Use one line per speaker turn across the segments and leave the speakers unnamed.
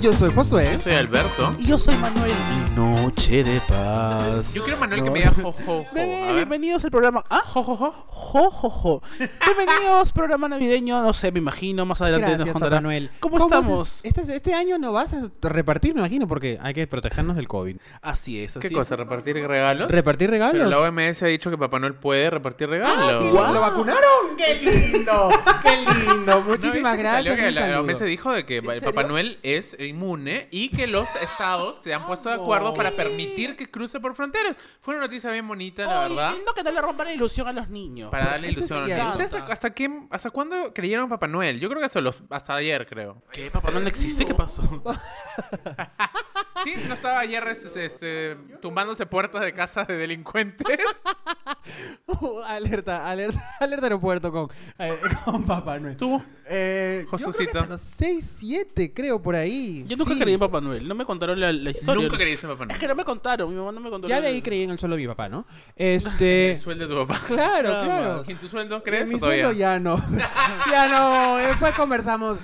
yo soy Josué.
Yo soy Alberto.
Y yo soy Manuel.
Y noche de paz.
Yo quiero a Manuel
No.
que me diga jojojo.
Bebé,
A ver.
bienvenidos al programa. Ah,
Jojojo.
jo, jo, jo. Bienvenidos, programa navideño. No sé, me imagino. Más adelante nos
Gracias,
contará.
Papá Noel.
¿Cómo,
haces-
estamos?
Este, este año no vas a repartir, me imagino, porque hay que protegernos del COVID.
Así es, así
¿Qué cosa?
es.
¿Repartir regalos?
¿Repartir
Pero
regalos?
la OMS ha dicho que Papá Noel puede repartir
¡Ah,
regalos.
qué lindo! ¿Lo vacunaron? ¡Qué lindo! ¡Qué lindo!
¿No viste
Muchísimas
que salió
gracias.
que
un
la- la
saludo.
OMS dijo de que el Papá Noel es inmune y que los estados se han puesto de acuerdo para permitir que cruce por fronteras. Fue una noticia bien bonita, la
Oye,
verdad.
qué lindo que no le rompan la ilusión a los niños.
Para darle
Eso es
ilusión.
cierto.
¿Ustedes hasta, qué- hasta cuándo creyeron en Papá Noel? Yo creo que hasta, los, hasta ayer, creo.
¿Qué? ¿Papá Noel no existe? ¿Qué pasó?
Sí, no estaba ayer es- este, tumbándose puertas de casas de delincuentes.
Uh, alerta, alerta, alerta aeropuerto con, eh, con Papá Noel.
Tú.
Eh, yo creo que
Josucito.
hasta los 6, 7, creo, por ahí.
Yo nunca
Sí.
creí en Papá Noel. No me contaron la, la historia.
Nunca creíste en Papá
Es que
Noel.
no me contaron. Mi mamá no me contó.
Ya
la-
de ahí creí en el sueldo de mi papá, ¿no? Este...
El sueldo de tu papá.
Claro,
Nada
claro.
más.
¿Y tu sueldo
De
crees
mi
o todavía?
sueldo ya no. ya no. Después conversamos.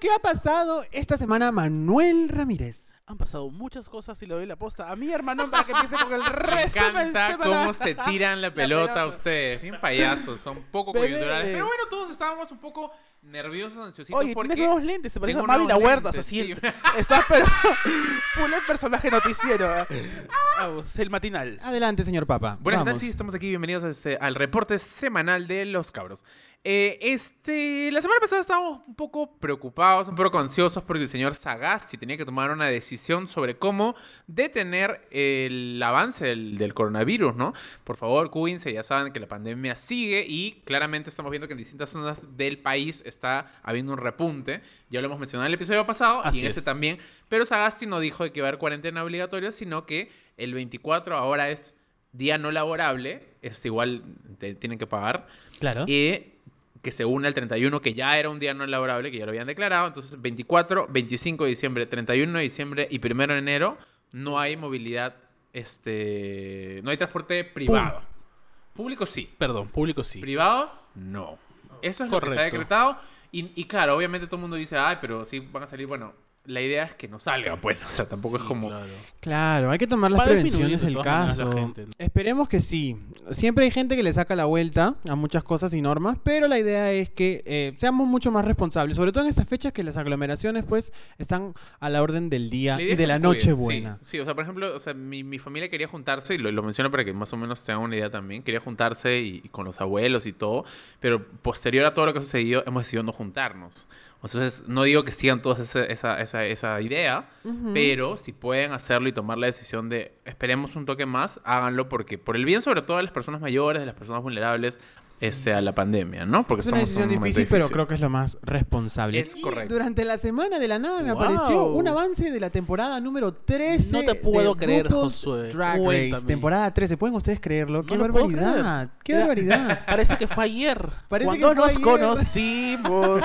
¿Qué ha pasado esta semana, Manuel Ramírez?
Han pasado muchas cosas y le doy la posta a mi hermano para que empiece con el
Me
resumen
encanta
semanal.
cómo se tiran la pelota
pelota.
a ustedes. Bien payasos, son poco
Bebé.
coyunturales. Pero bueno, todos estábamos un poco nerviosos, ansiositos
Oye,
porque...
tienes nuevos lentes, se parece a
Tengo
Mavi la
nuevos
Huertas,
lentes,
así.
sí.
Estás pero full el personaje noticiero. ¿eh? Vamos, el matinal.
Adelante, señor Papa.
Buenas, ¿qué tal?
Vamos.
Sí, estamos aquí. Bienvenidos a este- al reporte semanal de Los Cabros. Eh, este, la semana pasada estábamos un poco preocupados, un poco ansiosos porque el señor Sagasti tenía que tomar una decisión sobre cómo detener el avance del, del coronavirus, ¿no? Por favor, cuídense, ya saben que la pandemia sigue y claramente estamos viendo que en distintas zonas del país está habiendo un repunte. Ya lo hemos mencionado en el episodio pasado
Así
y en
es.
ese también. Pero Sagasti no dijo de que va a haber cuarentena obligatoria, sino que el 24 ahora es día no laborable, es igual te tienen que pagar,
Claro.
y que se une al 31, que ya era un día no laborable, que ya lo habían declarado, entonces 24, 25 de diciembre, 31 de diciembre y 1 de enero no hay movilidad, este, no hay transporte privado. Público sí,
Perdón, público sí.
privado no. Eso es lo que se ha
Correcto.
decretado y, y claro, obviamente todo el mundo dice, ay, pero sí van a salir, bueno, la idea es que no salgan, pues, o sea, tampoco es
Sí,
como...
claro.
Claro, hay que tomar las
Va a disminuir
prevenciones
de
del
todas maneras la
caso.
gente, ¿no?
Esperemos que sí. Siempre hay gente que le saca la vuelta a muchas cosas y normas, pero la idea es que eh, seamos mucho más responsables, sobre todo en estas fechas que las aglomeraciones pues están a la orden del día
La idea
y
es
de
que
la
se cuiden,
noche buena.
Sí, sí, o sea, por ejemplo, o sea, mi, mi familia quería juntarse, y lo, lo menciono para que más o menos tengan una idea también, quería juntarse y, y con los abuelos y todo, pero posterior a todo lo que ha sucedido, hemos decidido no juntarnos. Entonces, no digo que sigan todos ese- esa, esa, esa idea,
Ujú.
pero si pueden hacerlo y tomar la decisión de esperemos un toque más, háganlo porque por el bien sobre todo de las personas mayores, de las personas vulnerables este, a la pandemia, ¿no? Porque
Es una
estamos en
decisión
un momento
difícil, pero
difícil.
creo que es lo más responsable.
Es
Y
correcto.
durante la semana de la nada me
Wow.
apareció un avance de la temporada número 13
No te puedo
de
creer,
RuPaul's
Josué.
Drag Race,
Cuéntame.
temporada 13. ¿Pueden ustedes creerlo? ¡Qué
No lo puedo
barbaridad! ¡Qué
Era-
barbaridad!
Parece que fue ayer.
Parece que
cuando
fue
nos
ayer.
conocimos.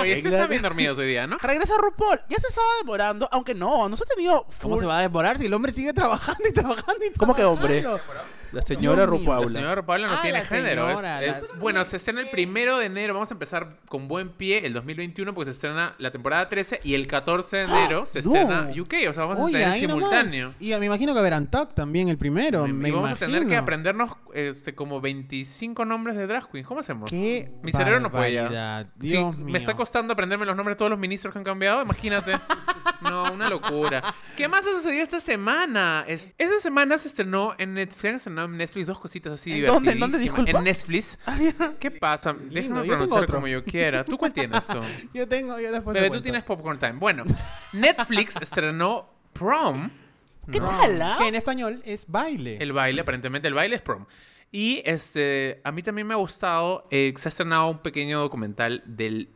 Oye, ustedes están bien dormidos hoy día, ¿no?
Regresa RuPaul. Ya se estaba demorando, aunque no, no se ha tenido
¿Cómo
full-
se va a demorar si el hombre sigue trabajando y trabajando y trabajando?
¿Cómo que hombre? La señora
Dios mío.
RuPaul.
La señora Paula no
Ah,
tiene
la
género.
señora,
es-
la
es- Bueno, se estrena el primero de enero. Vamos a empezar con buen pie el 2021 porque se estrena la temporada 13 y el 14 de enero se
¡No!
estrena UK. O sea, vamos a
Oye,
tener
ahí nomás.
simultáneo.
Y me imagino que verán Tuck también el primero.
Y-
me
y vamos a tener que
imagino.
aprendernos este, como 25 nombres de drag queens. ¿Cómo hacemos?
Qué
Mi cerebro no puede ya.
barbaridad.
Sí,
Dios mío.
me está costando aprenderme los nombres de todos los ministros que han cambiado, imagínate. No, una locura. ¿Qué más ha sucedido esta semana? Es- esta semana se estrenó en Netflix, se estrenó en Netflix dos cositas así
¿En dónde? ¿En
divertidas.
dónde, disculpa?
En Netflix. ¿Qué pasa? Déjame
yo tengo
pronunciar
otro.
como yo quiera. ¿Tú cuál tienes tú?
Yo tengo, yo después te
Bebé, tú
cuento.
tienes Popcorn Time. Bueno, Netflix estrenó Prom.
¿Qué
¿no?
tal? ah?
Que en español es baile.
El baile, aparentemente el baile es prom. Y este, a mí también me ha gustado, eh, se ha estrenado un pequeño documental de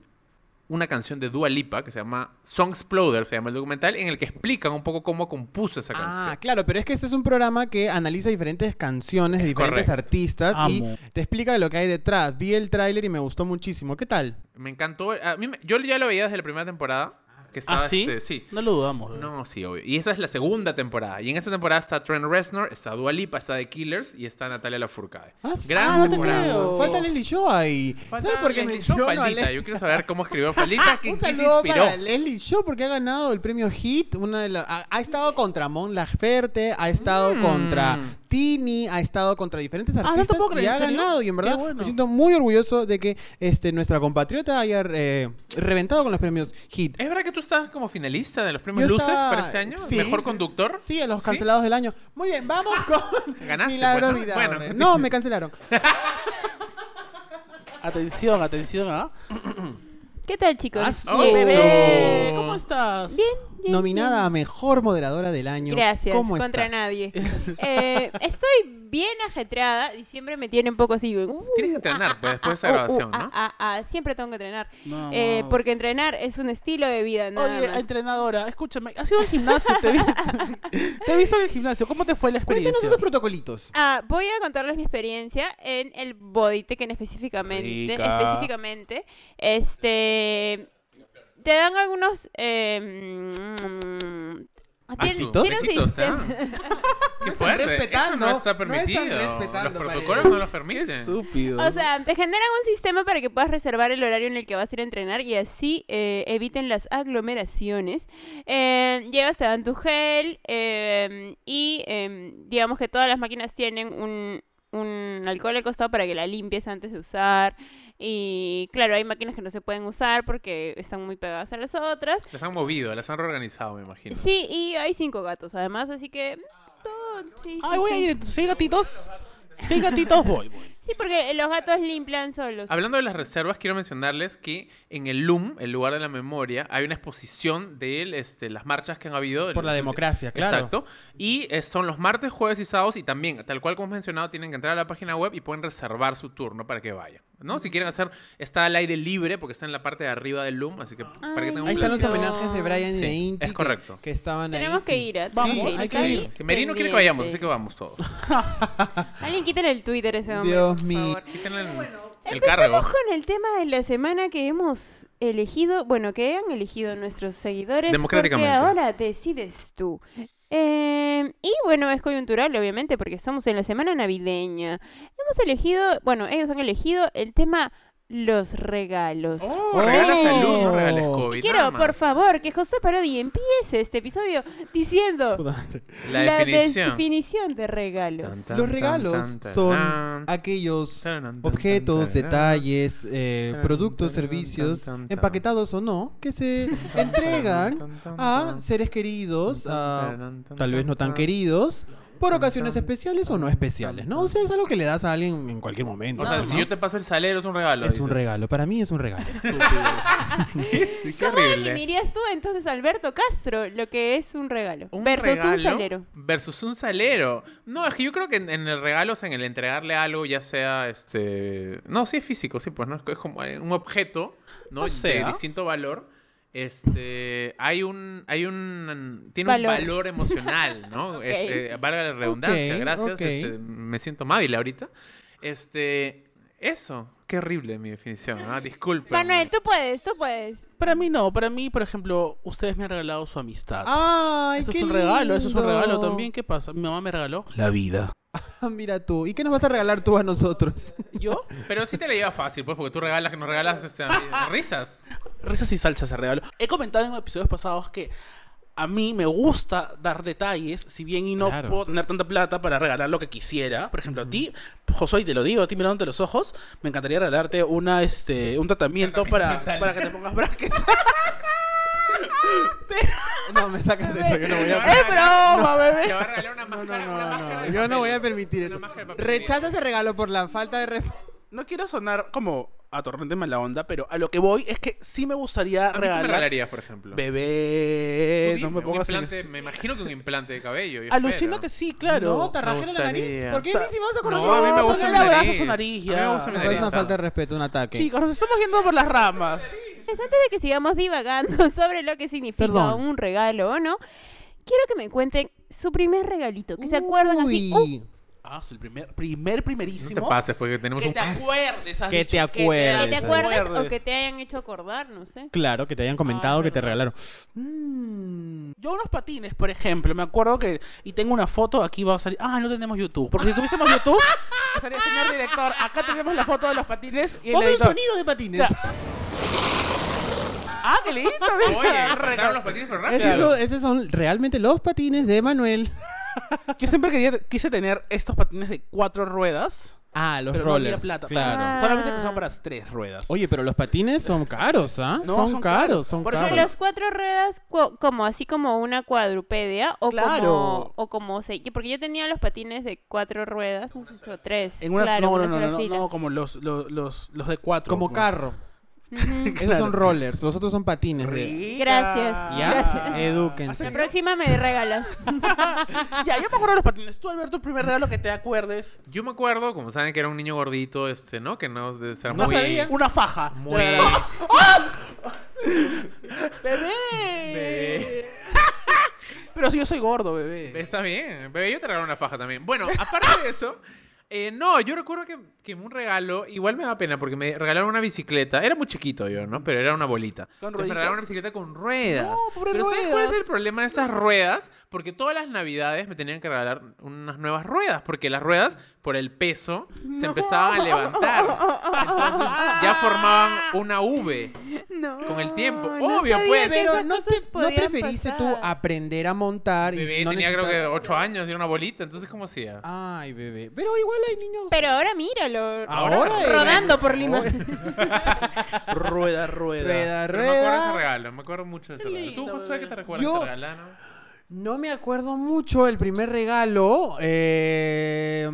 una canción de Dua Lipa que se llama Songsploder, se llama el documental, en el que explican un poco cómo compuso esa
Ah,
canción.
claro, pero es que este es un programa que analiza diferentes canciones de diferentes
correcto.
artistas
Amo.
y te explica lo que hay detrás. Vi el tráiler y me gustó muchísimo. ¿Qué tal?
Me encantó, a mí me- yo ya lo veía desde la primera temporada, Que estaba,
¿Ah, sí?
este, sí.
No lo dudamos. No.
No, sí, obvio. Y esa es la segunda temporada. Y en esa temporada está Trent Reznor, está Dua Lipa, está The Killers y está Natalia Lafourcade.
Ah,
Gran
ah, no te
temporada.
creo.
Sí.
Falta Leslie Show ahí.
Falta
¿Sabes por qué
Leslie Shaw,
menciono a
Faldita.
Leslie? Ah,
Yo quiero saber cómo escribió Faldita, quién
Un
quién se
saludo
inspiró.
para Leslie Show porque ha ganado el premio Hit. Una de la- ha, ha estado contra Mon Laferte, ha estado
Mm.
contra Tini, ha estado contra diferentes
Ah, no te
artistas
puedo
y
creer,
ha
¿en serio?
ganado. Y en
Qué
verdad
bueno.
me siento muy orgulloso de que este, nuestra compatriota haya eh, reventado con los premios Hit.
¿Es verdad que tú estás como finalista de los premios
Yo
Luces
estaba-
para este año?
sí.
¿Mejor conductor?
Sí, a los cancelados del año. Muy bien, vamos con
Ganaste,
Milagro
pues, ¿no?
Vidal.
Bueno.
No, me cancelaron.
Atención, atención, ¿ah?
¿Qué tal, chicos?
Ah, sí.
Oh.
Bebé,
Oh.
Eh, ¿cómo estás?
Bien, bien,
Nominada a Mejor Moderadora del Año.
Gracias,
¿Cómo
contra
estás?
nadie. Eh, estoy bien ajetreada y siempre me tiene un poco así. uh,
Tienes que entrenar, pues, después de esa
uh, uh,
grabación, ¿no?
ah, ah, ah, siempre tengo que entrenar.
Vamos.
Eh, porque entrenar es un estilo de vida, nada
Oye,
más.
entrenadora, escúchame, ¿has ido al gimnasio? ¿Te, vi- te he visto en el gimnasio, ¿cómo te fue la experiencia?
Cuéntanos esos protocolitos.
Ah, voy a contarles mi experiencia en el bodytech en específicamente.
Rica.
Específicamente. Este. Te dan algunos. Eh, mm,
Ah,
tien-
su-
tiene un
besitos, ¿eh?
sistema-
ah. Qué
están
fuerte, eso
respetando,
no está
no están
permitido.
respetando,
los protocolos
parece.
no los
Qué
permiten.
estúpido.
O sea, te generan un sistema para que puedas reservar el horario en el que vas a ir a entrenar y así eh, eviten las aglomeraciones. Eh, llegas, te dan tu gel eh, y eh, digamos que todas las máquinas tienen un, un alcohol al costado para que la limpies antes de usar. Y claro, hay máquinas que no se pueden usar porque están muy pegadas a las otras.
Las han movido, las han reorganizado, me imagino.
Sí, y hay cinco gatos además, así que... mm, todo- sí, sí,
Ay, voy a
sí.
ir, entonces, si hay gatitos, si hay gatitos voy, voy.
Sí, porque los gatos limpian solos.
Hablando de las reservas, quiero mencionarles que en el LUM, el lugar de la memoria, hay una exposición de este, las marchas que han habido.
Por la
El-
democracia, claro.
Exacto. Y eh, son los martes, jueves y sábados. Y también, tal cual como hemos mencionado, tienen que entrar a la página web y pueden reservar su turno para que vayan. ¿no? Si quieren hacer, está al aire libre porque está en la parte de arriba del LUM. Así que para que
Ay,
tengan
Ahí
un
están los
Conclusión.
homenajes de Brian
Sí,
e Inti.
es
que-
correcto.
Que, estaban
Tenemos
ahí.
que
sí.
ir. a-
Sí,
Vamos,
hay
está
que
ahí.
ir.
Sí, Merino quiere que vayamos, así que vamos todos.
Alguien quítale el Twitter a ese hombre.
Dios
por
mío.
favor.
Quítenle el, el cargo.
Empecemos con el tema de la semana que hemos elegido, bueno, que han elegido nuestros seguidores.
Democráticamente.
Porque ahora decides tú. Eh, y bueno, es coyuntural, obviamente, porque estamos en la semana navideña. Hemos elegido, bueno, ellos han elegido el tema los regalos.
Oh, regala salud, no regales COVID. nada
Quiero,
más.
por favor, que José Parodi empiece este episodio diciendo
Puta madre.
La, definición.
definición de regalos.
Tan, tan,
Los
tan,
regalos
tan, tan,
son
tan.
aquellos
Tan, tan, tan, tan,
objetos,
tan,
detalles, eh,
tan,
productos,
tan, tan,
servicios,
tan, tan, tan.
empaquetados o no, que se entregan
tan, tan,
a
tan.
seres queridos, a
Tan, tan,
tal vez no tan
tan.
queridos, por
Tan,
ocasiones
tan,
especiales o no
tan,
especiales,
tan,
¿no?
tan.
O sea, es algo que le das a alguien en cualquier momento.
O sea,
¿no?
si yo te paso el salero es un regalo.
Es un
dices.
regalo, para mí es un regalo.
Sí, qué
¿Cómo
horrible.
definirías tú entonces, Alberto Castro, lo que es un regalo?
Un
versus un
regalo
salero.
Versus un salero. No, es que yo creo que en, en el regalo, o sea, en el entregarle algo, ya sea este. No, sí es físico, sí, pues, ¿no? Es como eh, un objeto, ¿no?
O
Ah,
de
sea.
distinto valor. Este. Hay un. Hay un. Tiene un
Valor.
valor emocional, ¿no? Este, valga la redundancia,
Ok,
gracias.
ok.
este, me siento amable ahorita. Este. Eso. Qué horrible mi definición, ¿ah? Disculpen.
Manuel, tú puedes, tú puedes.
Para mí no, para mí, por ejemplo, ustedes me han regalado su amistad.
¡Ay,
eso
qué
es un regalo, eso es un
lindo!
regalo también. ¿Qué pasa? Mi mamá me regaló la vida.
Ah, Mira tú, ¿y qué nos vas a regalar tú a nosotros?
¿Yo?
Pero sí te la lleva fácil, pues, porque tú regalas, que nos regalas este, risas.
Risas y salsas se regaló. He comentado en episodios pasados que a mí me gusta dar detalles, si bien y no
Claro.
puedo tener tanta plata para regalar lo que quisiera. Por ejemplo, a ti, Josué, y te lo digo, a ti mirándote los ojos, me encantaría regalarte una, este, un tratamiento para, para que te pongas brackets.
No, me sacas eso, yo no voy a...
¡Es broma, bebé!
Te va a regalar una
No, no,
máscara. una
no, no,
máscara de
yo no
papel.
voy a permitir eso.
Una máscara de papel.
Rechazo ese regalo por la falta de... ref-
No quiero sonar como atorrente mala onda, pero a lo que voy es que sí me gustaría
¿A mí qué me
regalar.
regalarías, por ejemplo? Tú
Bebé, no
dime,
me
un
pongas en
implante,
ese-
Me imagino que un implante de cabello.
Ah,
yo
Alucino
espero.
que sí, claro.
No, te rajé la nariz.
gustaría.
¿Por qué
Ta-
ni si vamos a correr?
No, a mí me gusta mi
Dale abrazo a
nariz.
su nariz,
A mí
ya.
me gusta mi
Me
nariz.
Me parece una
está.
falta de respeto, un ataque.
Chicos, nos estamos yendo por las ramas.
Entonces, antes de que sigamos divagando sobre lo que significa
Perdón.
un regalo o no, quiero que me cuenten su primer regalito, que se acuerdan así. "Uh,
Uy.
Ah, es el primer, primer, primerísimo.
No te pases porque tenemos
Que
un...
te acuerdes. has
Que
dicho,
te acuerdes.
Que te
Esa.
acuerdes o que te hayan hecho acordar, no sé.
Claro, que te hayan comentado,
Ah,
que te
verdad.
regalaron.
Mm, Yo unos patines, por ejemplo, me acuerdo que... Y tengo una foto, aquí va a salir... Ah, no tenemos YouTube. Porque si tuviésemos YouTube,
Sería señor director, acá tenemos la foto de los patines y el
Ponme un
editor.
sonido de patines.
Ah, qué lindo. mira.
Oye, sacaron los patines, pero
Es
rápido.
eso- esos son realmente los patines de Manuel.
yo siempre quería, quise tener estos patines de cuatro ruedas.
Ah, los
pero
rollers.
no había plata.
Claro.
Ah.
Solamente son para las tres ruedas.
Oye, pero los patines son caros, ¿ah?
No,
son,
son
caros,
caros.
son
Por eso
caros.
Pero los cuatro ruedas, cu- como así como una cuadrupedia, o
Claro.
como, o como se, yo- porque yo tenía los patines de cuatro ruedas, no sé, o tres,
En una,
claro,
no,
una
no, no,
sola
no, no,
fila.
no, como los, los, los, los de cuatro. pues.
Como carro.
Ujú.
Esos son rollers, los otros son patines. de-
Gracias,
Ya, edúquense.
La próxima me regalas.
Ya, yo me acuerdo de los patines. Tú, Alberto, el primer regalo que te acuerdes.
Yo me acuerdo, como saben, que era un niño gordito, este, ¿no? Que no de ser
No
muy...
sabía.
Una faja.
Muy...
¡Bebé! Pero si yo soy gordo, bebé.
Está bien. Bebé, yo te regalo una faja también. Bueno, aparte de eso... eh, no, yo recuerdo que, que un regalo, igual me da pena porque me regalaron una bicicleta. Era muy chiquito yo, ¿no? Pero era una bolita.
¿Con
Entonces me
rueditas?
regalaron una bicicleta con ruedas.
No, pobre
Pero ¿sabes cuál es
ruedas.
el problema de esas ruedas? Porque todas las navidades me tenían que regalar unas nuevas ruedas, porque las ruedas, por el peso, se empezaban a levantar. Entonces ya formaban una V.
No,
Con el tiempo.
no
Obvio,
sabía
pues.
que
Pero
esas
no, te-
cosas
¿no
podían
preferiste tú
pasar.
aprender a montar
Bebé
y no
tenía creo
necesitar-
que 8 años y era una bolita, entonces ¿cómo hacía?
Ay, bebé. Pero igual hay niños.
Pero ahora míralo.
Ahora Oh. es-
rodando por Lima.
Rueda, rueda.
Rueda,
Pero me acuerdo de ese
rueda.
regalo, me acuerdo mucho de ese regalo. ¿Tú, Josué, qué te recuerdas
Yo-
que te regalaron?
No me acuerdo mucho el primer regalo. Eh...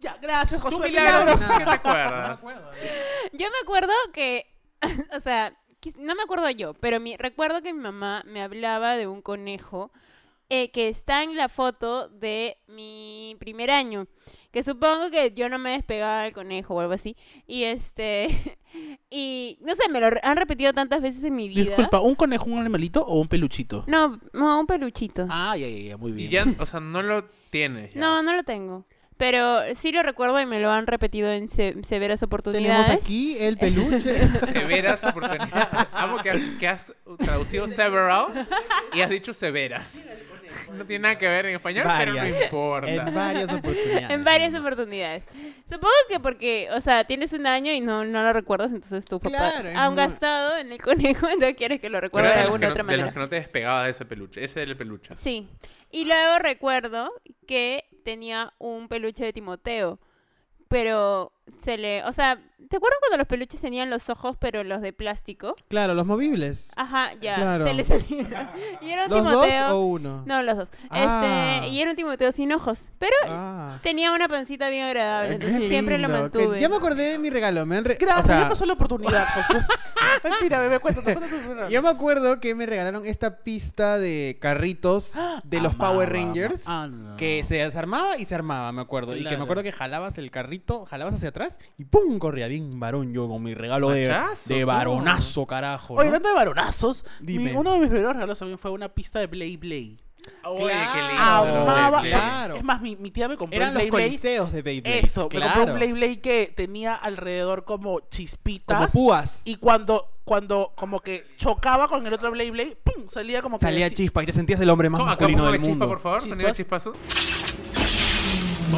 Ya, gracias,
Tú,
Josué.
Milagros,
Milagros.
¿qué te acuerdas?
Yo me acuerdo que, o sea, quis- no me acuerdo yo, pero mi, recuerdo que mi mamá me hablaba de un conejo eh, que está en la foto de mi primer año, que supongo que yo no me despegaba del conejo o algo así, y este, y no sé, me lo re- han repetido tantas veces en mi vida.
Disculpa, ¿un conejo, un animalito o un peluchito?
No, no, un peluchito.
Ah, ya, ya, ya, muy bien.
Y ya, o sea, no lo tienes. ya.
No, no lo tengo. Pero sí lo recuerdo y me lo han repetido en se- severas oportunidades.
Tenemos aquí el peluche.
Severas oportunidades. Amo que Ah, has, que has traducido several y has dicho severas. No tiene nada que ver en español, pero
Varias.
no importa.
en varias oportunidades.
En varias oportunidades. Supongo que porque, o sea, tienes un año y no, no lo recuerdas, entonces tu papá
Claro, es
han
muy-
gastado en el conejo, entonces quieres que lo
Pero
recuerde
era de
de
los que
alguna
no-
otra
De
manera.
los que no te despegabas de ese peluche. Ese era el peluche.
Sí. Y luego recuerdo que tenía un peluche de Timoteo, pero se le, o sea, ¿te acuerdas cuando los peluches tenían los ojos, pero los de plástico?
Claro, los movibles.
Ajá, ya,
Claro.
se le salieron. Y era un
¿Los dos
Ah, Timoteo.
o uno?
No, los dos.
Ah.
Este, y era un Timoteo sin ojos, pero
Ah.
tenía una pancita bien agradable,
Qué
Ah, entonces siempre lo
lindo, qué-
mantuve.
Ya me acordé de mi regalo. Me han re-
Gracias,
o sea,
ya pasó la oportunidad, Josué.
Mentira, bebé, cuéntanos, cuéntanos tu regalo.
Yo me acuerdo que me regalaron esta pista de carritos de los
Amaba,
Power Rangers.
ama- ah, no.
Que se desarmaba y se armaba, me acuerdo. Y que me
Claro.
acuerdo que jalabas el carrito, jalabas hacia atrás y ¡pum! Corría bien varón yo con mi regalo de,
Machazo,
de
tú.
varonazo, carajo. ¿no?
Oye, hablando de varonazos,
Dime.
mi- uno de mis primeros regalos también fue una pista de Play Play.
Oye, qué lindo.
Claro,
Amaba.
Play, Play.
claro.
Es más, mi, mi tía me compró
Eran
un
los
Play Play.
coliseos de Beyblade.
Eso, me
claro.
compró un Play Play que tenía alrededor como chispitas.
Como púas.
Y cuando, cuando como que chocaba con el otro Blade Blade, ¡pum! Salía como que...
Salía
sí.
chispa y te sentías el hombre más
¿Cómo? Acá
masculino
pongo
del
de chispa,
mundo.
por favor. Sonido de chispazo.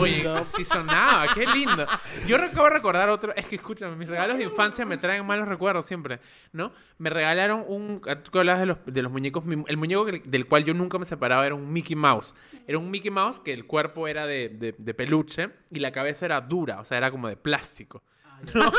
Oye, sí sonaba, qué lindo. Yo acabo de recordar otro. Es que escúchame, mis regalos de infancia me traen malos recuerdos siempre, ¿no? Me regalaron un. Tú que hablabas de los, de los muñecos. mi- El muñeco que- del cual yo nunca me separaba era un Mickey Mouse. Era un Mickey Mouse que el cuerpo era de, de- de peluche y la cabeza era dura, o sea, era como de plástico. ¿no?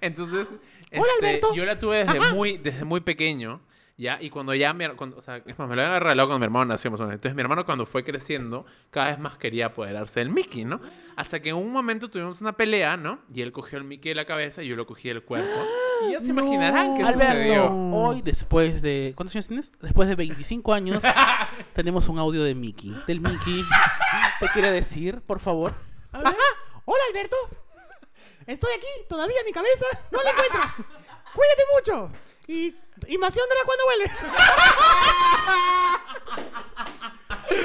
Entonces, este, yo la tuve desde muy, desde muy pequeño. ¿Ya? Y cuando ya mi her- cuando- o sea, es más, me lo habían regalado cuando mi hermano nació. más o menos. Entonces, mi hermano cuando fue creciendo, cada vez más quería apoderarse del Mickey, ¿no? Hasta que en un momento tuvimos una pelea, ¿no? Y él cogió el Mickey de la cabeza y yo lo cogí del cuerpo. Y ya se imaginarán qué
Alberto,
sucedió.
hoy después de... ¿Cuántos años tienes? Después de 25 años tenemos un audio de Mickey. Del Mickey. ¿Te quiere decir, por favor?
Hola, Alberto. Estoy aquí, todavía en mi cabeza. No la encuentro. Cuídate mucho. Y invasión de la cuando vuelve.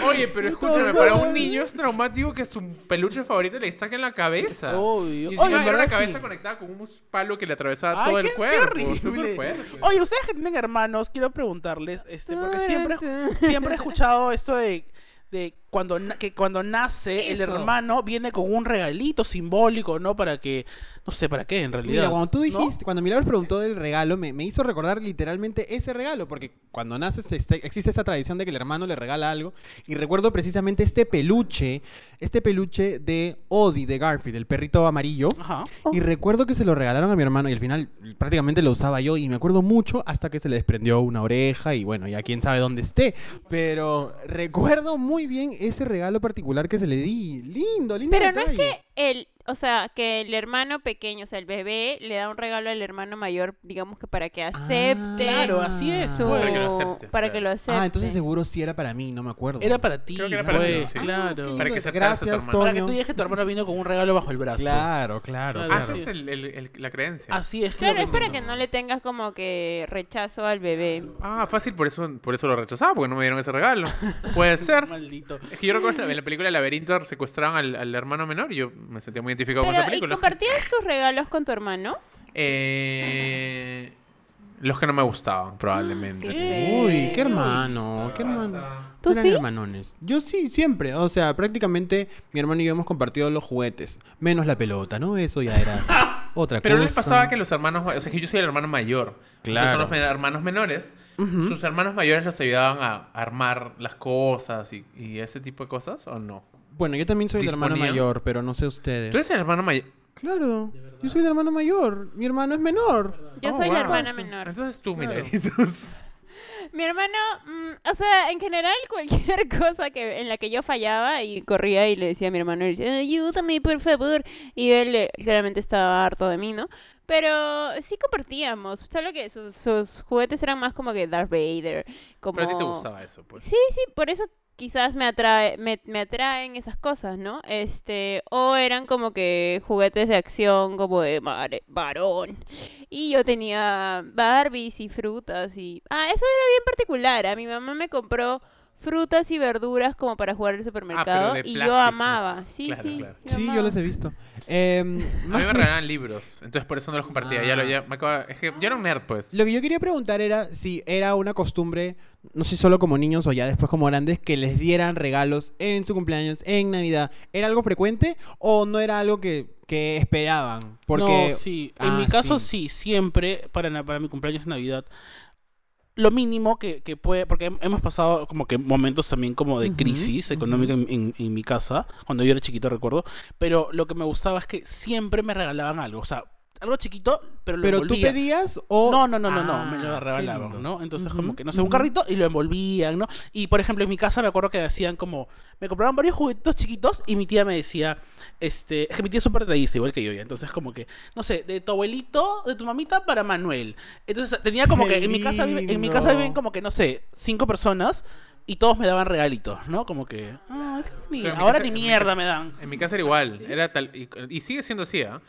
Oye, pero
Puta
escúchame, para
madre.
un niño es traumático que su peluche favorito le saquen la cabeza.
Obvio.
Y
Oye,
encima
en
era
verdad
la cabeza
sí.
conectada con un palo que le atravesaba
Ay,
todo
qué,
el
qué
cuerpo.
horrible.
Súper fuerte.
Oye, ustedes que tienen hermanos, quiero preguntarles, este, porque siempre, siempre he escuchado esto de, de cuando na- que cuando nace el
Eso.
hermano viene con un regalito simbólico, ¿no? Para que, no sé para qué en realidad.
Mira, cuando tú
¿no?
dijiste, cuando Milagros preguntó del regalo, me, me hizo recordar literalmente ese regalo, porque cuando naces este- existe esta tradición de que el hermano le regala algo, y recuerdo precisamente este peluche, este peluche de Odie de Garfield, el perrito amarillo,
Ajá.
Oh.
y recuerdo que se lo regalaron a mi hermano, y al final prácticamente lo usaba yo, y me acuerdo mucho hasta que se le desprendió una oreja, y bueno, ya quién sabe dónde esté, pero recuerdo muy bien ese regalo particular que se le di, lindo, lindo.
Pero no es
detalle.
que el, o sea, que el hermano pequeño, o sea, el bebé, le da un regalo al hermano mayor, digamos que para que acepte.
claro, así es,
su-
Para
Para
que
que
lo acepte,
lo acepte.
claro.
Ah, entonces seguro sí era para mí, no me acuerdo.
Era para ti,
Creo que era para
güey,
mí, sí.
claro.
Ah, Qué
Para
lindo.
que se atrase a tu
Gracias,
hermano.
Toño.
Para que tú digas que tu hermano vino con un regalo bajo el brazo.
Claro, claro,
Claro.
Ah, ese
claro.
es el, el- el- la creencia.
Así es,
Claro, es
creo que-
para que no le tengas como que rechazo al bebé.
Ah, fácil, por eso, por eso lo rechazaba, porque no me dieron ese regalo. Puede ser.
Maldito.
Es que yo recuerdo en la película Laberinto secuestraban al, al hermano menor y yo me sentía muy identificado con
Pero,
esa
¿y
película.
compartías tus regalos con tu hermano?
Eh, los que no me gustaban, probablemente.
Ah,
Uy, qué hermano, qué hermano.
hermano.
¿Tú
Eran
sí?
hermanones. Yo sí, siempre. O sea, prácticamente mi hermano y yo hemos compartido los juguetes. Menos la pelota, ¿no? Eso ya era otra
Pero
cosa.
no les pasaba que los hermanos, o sea, que yo soy el hermano mayor. Claro.
Claro.
son los men- hermanos menores. Sus hermanos mayores los ayudaban a armar las cosas y, y ese tipo de cosas, ¿o no?
Bueno, yo también soy el hermano
¿Disponían?
mayor, pero no sé ustedes.
Tú eres el hermano mayor.
Claro, yo soy el hermano mayor. Mi hermano es menor.
Yo
Oh,
soy la
wow.
hermana menor.
Entonces tú, mira.
Claro.
entonces-
Mi hermano, mm, o sea, en general cualquier cosa que en la que yo fallaba y corría y le decía a mi hermano, le decía, ayúdame por favor. Y él eh, claramente estaba harto de mí, ¿no? Pero sí compartíamos, solo que sus, sus juguetes eran más como que Darth Vader. Como...
Pero a ti te gustaba eso, pues.
Sí, sí, por eso quizás me atrae, me, me atraen esas cosas, ¿no? Este, o eran como que juguetes de acción como de mare- varón. Y yo tenía Barbies y frutas y ah, eso era bien particular, ¿ah? mi mamá me compró frutas y verduras como para jugar al supermercado
Ah, de
y yo
plástico.
amaba. Sí,
Claro,
sí.
claro.
Sí, yo
amaba.
los he visto. Em,
A mí me regalaban libros, entonces por eso no los compartía. Ya lo, ya me acaba- es que yo era un nerd, pues.
Lo que yo quería preguntar era si era una costumbre, no sé solo como niños o ya después como grandes, que les dieran regalos en su cumpleaños, en Navidad. ¿Era algo frecuente o no era algo que, que esperaban? Porque...
No, sí.
Ah,
en mi caso, sí, siempre para, na- para mi cumpleaños de Navidad. Lo mínimo que, que puede, porque hem- hemos pasado como que momentos también como de
Ujú,
crisis económica en, en- en mi casa, cuando yo era chiquito recuerdo, pero lo que me gustaba es que siempre me regalaban algo, o sea, algo chiquito, pero lo
Pero tú
envolvía.
pedías o...
No, no, no, no, no,
Ah,
me lo
qué
regalaban,
lindo.
¿no? Entonces,
Ujú,
como que, no sé, un
ujú.
carrito y lo envolvían, ¿no? Y, por ejemplo, en mi casa me acuerdo que decían como, me compraban varios juguetitos chiquitos y mi tía me decía, este, es que mi tía es súper detallista, igual que yo, ya. Entonces, como que, no sé, de tu abuelito, de tu mamita para Manuel. Entonces, tenía como
Qué
que, en mi casa, viven- en mi casa
lindo.
viven como que, no sé, cinco personas y todos me daban regalitos, ¿no? Como que, ay, qué bonito.
Pero en mi
Ahora
casa-
ni
en mi
mierda
casa-
me dan.
En mi casa era igual, era tal y, y sigue siendo así, ¿ah?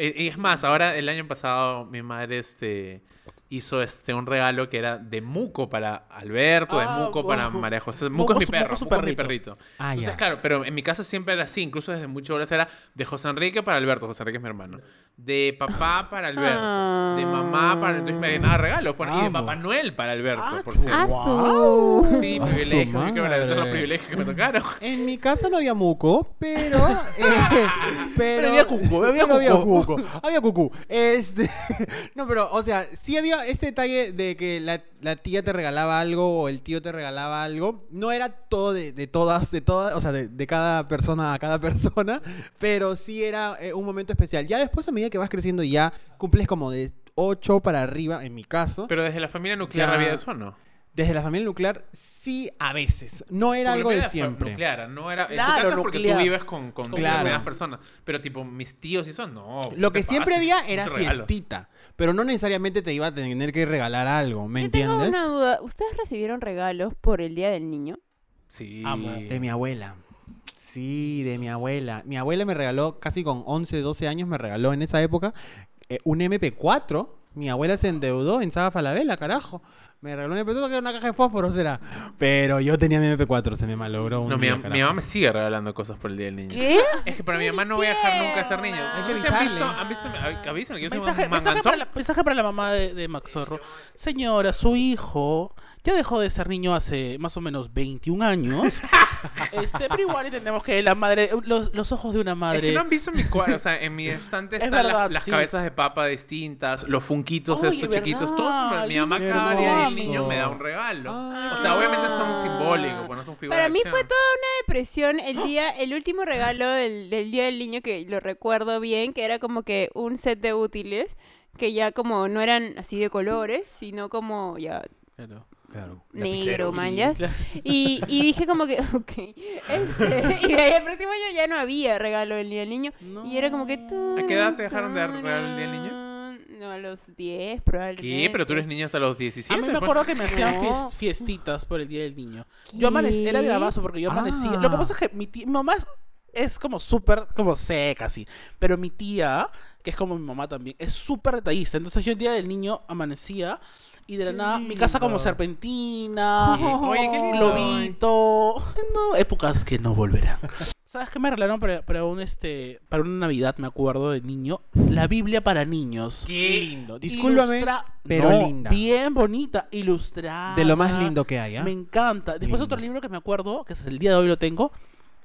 Eh, Y es más, ahora el año pasado mi madre este hizo este un regalo que era de Muco para Alberto, de
Ah,
Muco
wow.
para María José.
Muco
Muco es mi
su-
perro,
Muco su
Muco es mi
perrito.
perrito.
Ah,
Entonces,
ya.
claro, pero en mi casa siempre era así, incluso desde muchas horas era de José Enrique para Alberto, José Enrique es mi hermano. De papá para Alberto, de mamá para entonces me llenaba regalos, bueno, y de
Amo.
Papá Noel para Alberto,
Ah,
por
qué
cierto.
Ah,
Guau.
su.
Sí,
A su
privilegio, hay que agradecer los
madre.
privilegios que me tocaron.
En mi casa no había muco, pero. eh, pero,
había cuco, había
pero había
cuco.
cuco. Había cucú. Este, no, pero, o sea, sí había este detalle de que la, la tía te regalaba algo o el tío te regalaba algo. No era todo de, de todas, de todas, o sea, de, de cada persona a cada persona, pero sí era eh, un momento especial. Ya después, a medida que vas creciendo, y ya cumples como de 8 para arriba, en mi caso.
Pero desde la familia nuclear
Ya.
había eso, o ¿no?
Desde la familia nuclear, sí a veces. No era algo de siempre.
Nuclear, no era.
Claro,
Claro, porque tú
nuclear.
vives con, con
Claro.
determinadas personas. Pero tipo, mis tíos y eso, no.
Lo
¿qué
que
te
siempre
pasa?
había
Es
era
un regalo.
fiestita, pero no necesariamente te iba a tener que regalar algo, ¿me
Yo tengo
entiendes?
una duda. ¿Ustedes recibieron regalos por el Día del Niño?
Sí.
Amo.
Ah, De mi abuela. Sí, de mi abuela. Mi abuela me regaló, casi con 11, 12 años, me regaló en esa época eh, un MP4. Mi abuela se endeudó en Saga Falabella, carajo. Me regaló un MP2 que era una caja de fósforos, era. Pero yo tenía mi MP4, se me malogró un
No, mi,
día,
mam- mi
carajo.
mamá me sigue regalando cosas por el Día del Niño.
¿Qué?
Es que para mi mamá no voy a dejar nunca de ser niño.
Hay
que
¿Ustedes han visto?
avisarle.
¿Han visto? a- Avísenme que yo soy
Mensaje,
un
mensaje para
manganzón.
la, mensaje para la mamá de, de Max Zorro. Señora, su hijo ya dejó de ser niño hace más o menos 21 años. este, pero igual entendemos que la madre, los, los ojos de una
Es
madre.
que no han visto mi cuadro, o sea, en mi estante
Es
están
verdad,
las, las
sí.
cabezas de papa distintas, los funquitos
Oye,
estos chiquitos,
verdad,
todos mi mamá
lindo,
cada día del
qué
niño me da
hermoso.
un regalo.
Ah.
o sea, obviamente son simbólicos, pues no son figuras.
Para
de
mí
acción.
fue toda una depresión
Ah.
el día, el último regalo del, del día del niño que lo recuerdo bien, que era como que un set de útiles que ya como no eran así de colores, sino como ya
Claro.
Claro.
negro, manjas.
claro.
Y, y dije como que, ok. este, y de ahí el próximo año ya no había regalo del día del niño. Y era como que...
¿A qué edad te dejaron de dar regalo del Día del
niño? No, a los 10 probablemente.
¿Qué? Pero tú eres niña hasta los 17.
A mí me
pues.
acuerdo que me hacían
No.
fies- fiestitas por el Día del Niño.
¿Qué?
Yo amanecía, era bravazo porque yo amanecía. Lo que
Ah.
pasa es que mi, tía, mi mamá es, es como súper, como seca, así. Pero mi tía, que es como mi mamá también, es súper detallista. Entonces yo el Día del Niño amanecía y de la
Qué
nada mi casa como
lindo.
serpentina,
Sí. Oye, qué lindo.
globito. No, épocas que no volverán. ¿Sabes qué me regalaron para, para un este para una Navidad, me acuerdo, de niño? La Biblia para niños.
¿Qué?
Lindo. Discúlpame,
Ilustra-
pero
No,
linda.
Bien bonita, ilustrada.
De lo más lindo que hay, ¿ah?
Me encanta. Después
Lindo.
otro libro que me acuerdo, que es el día de hoy lo tengo,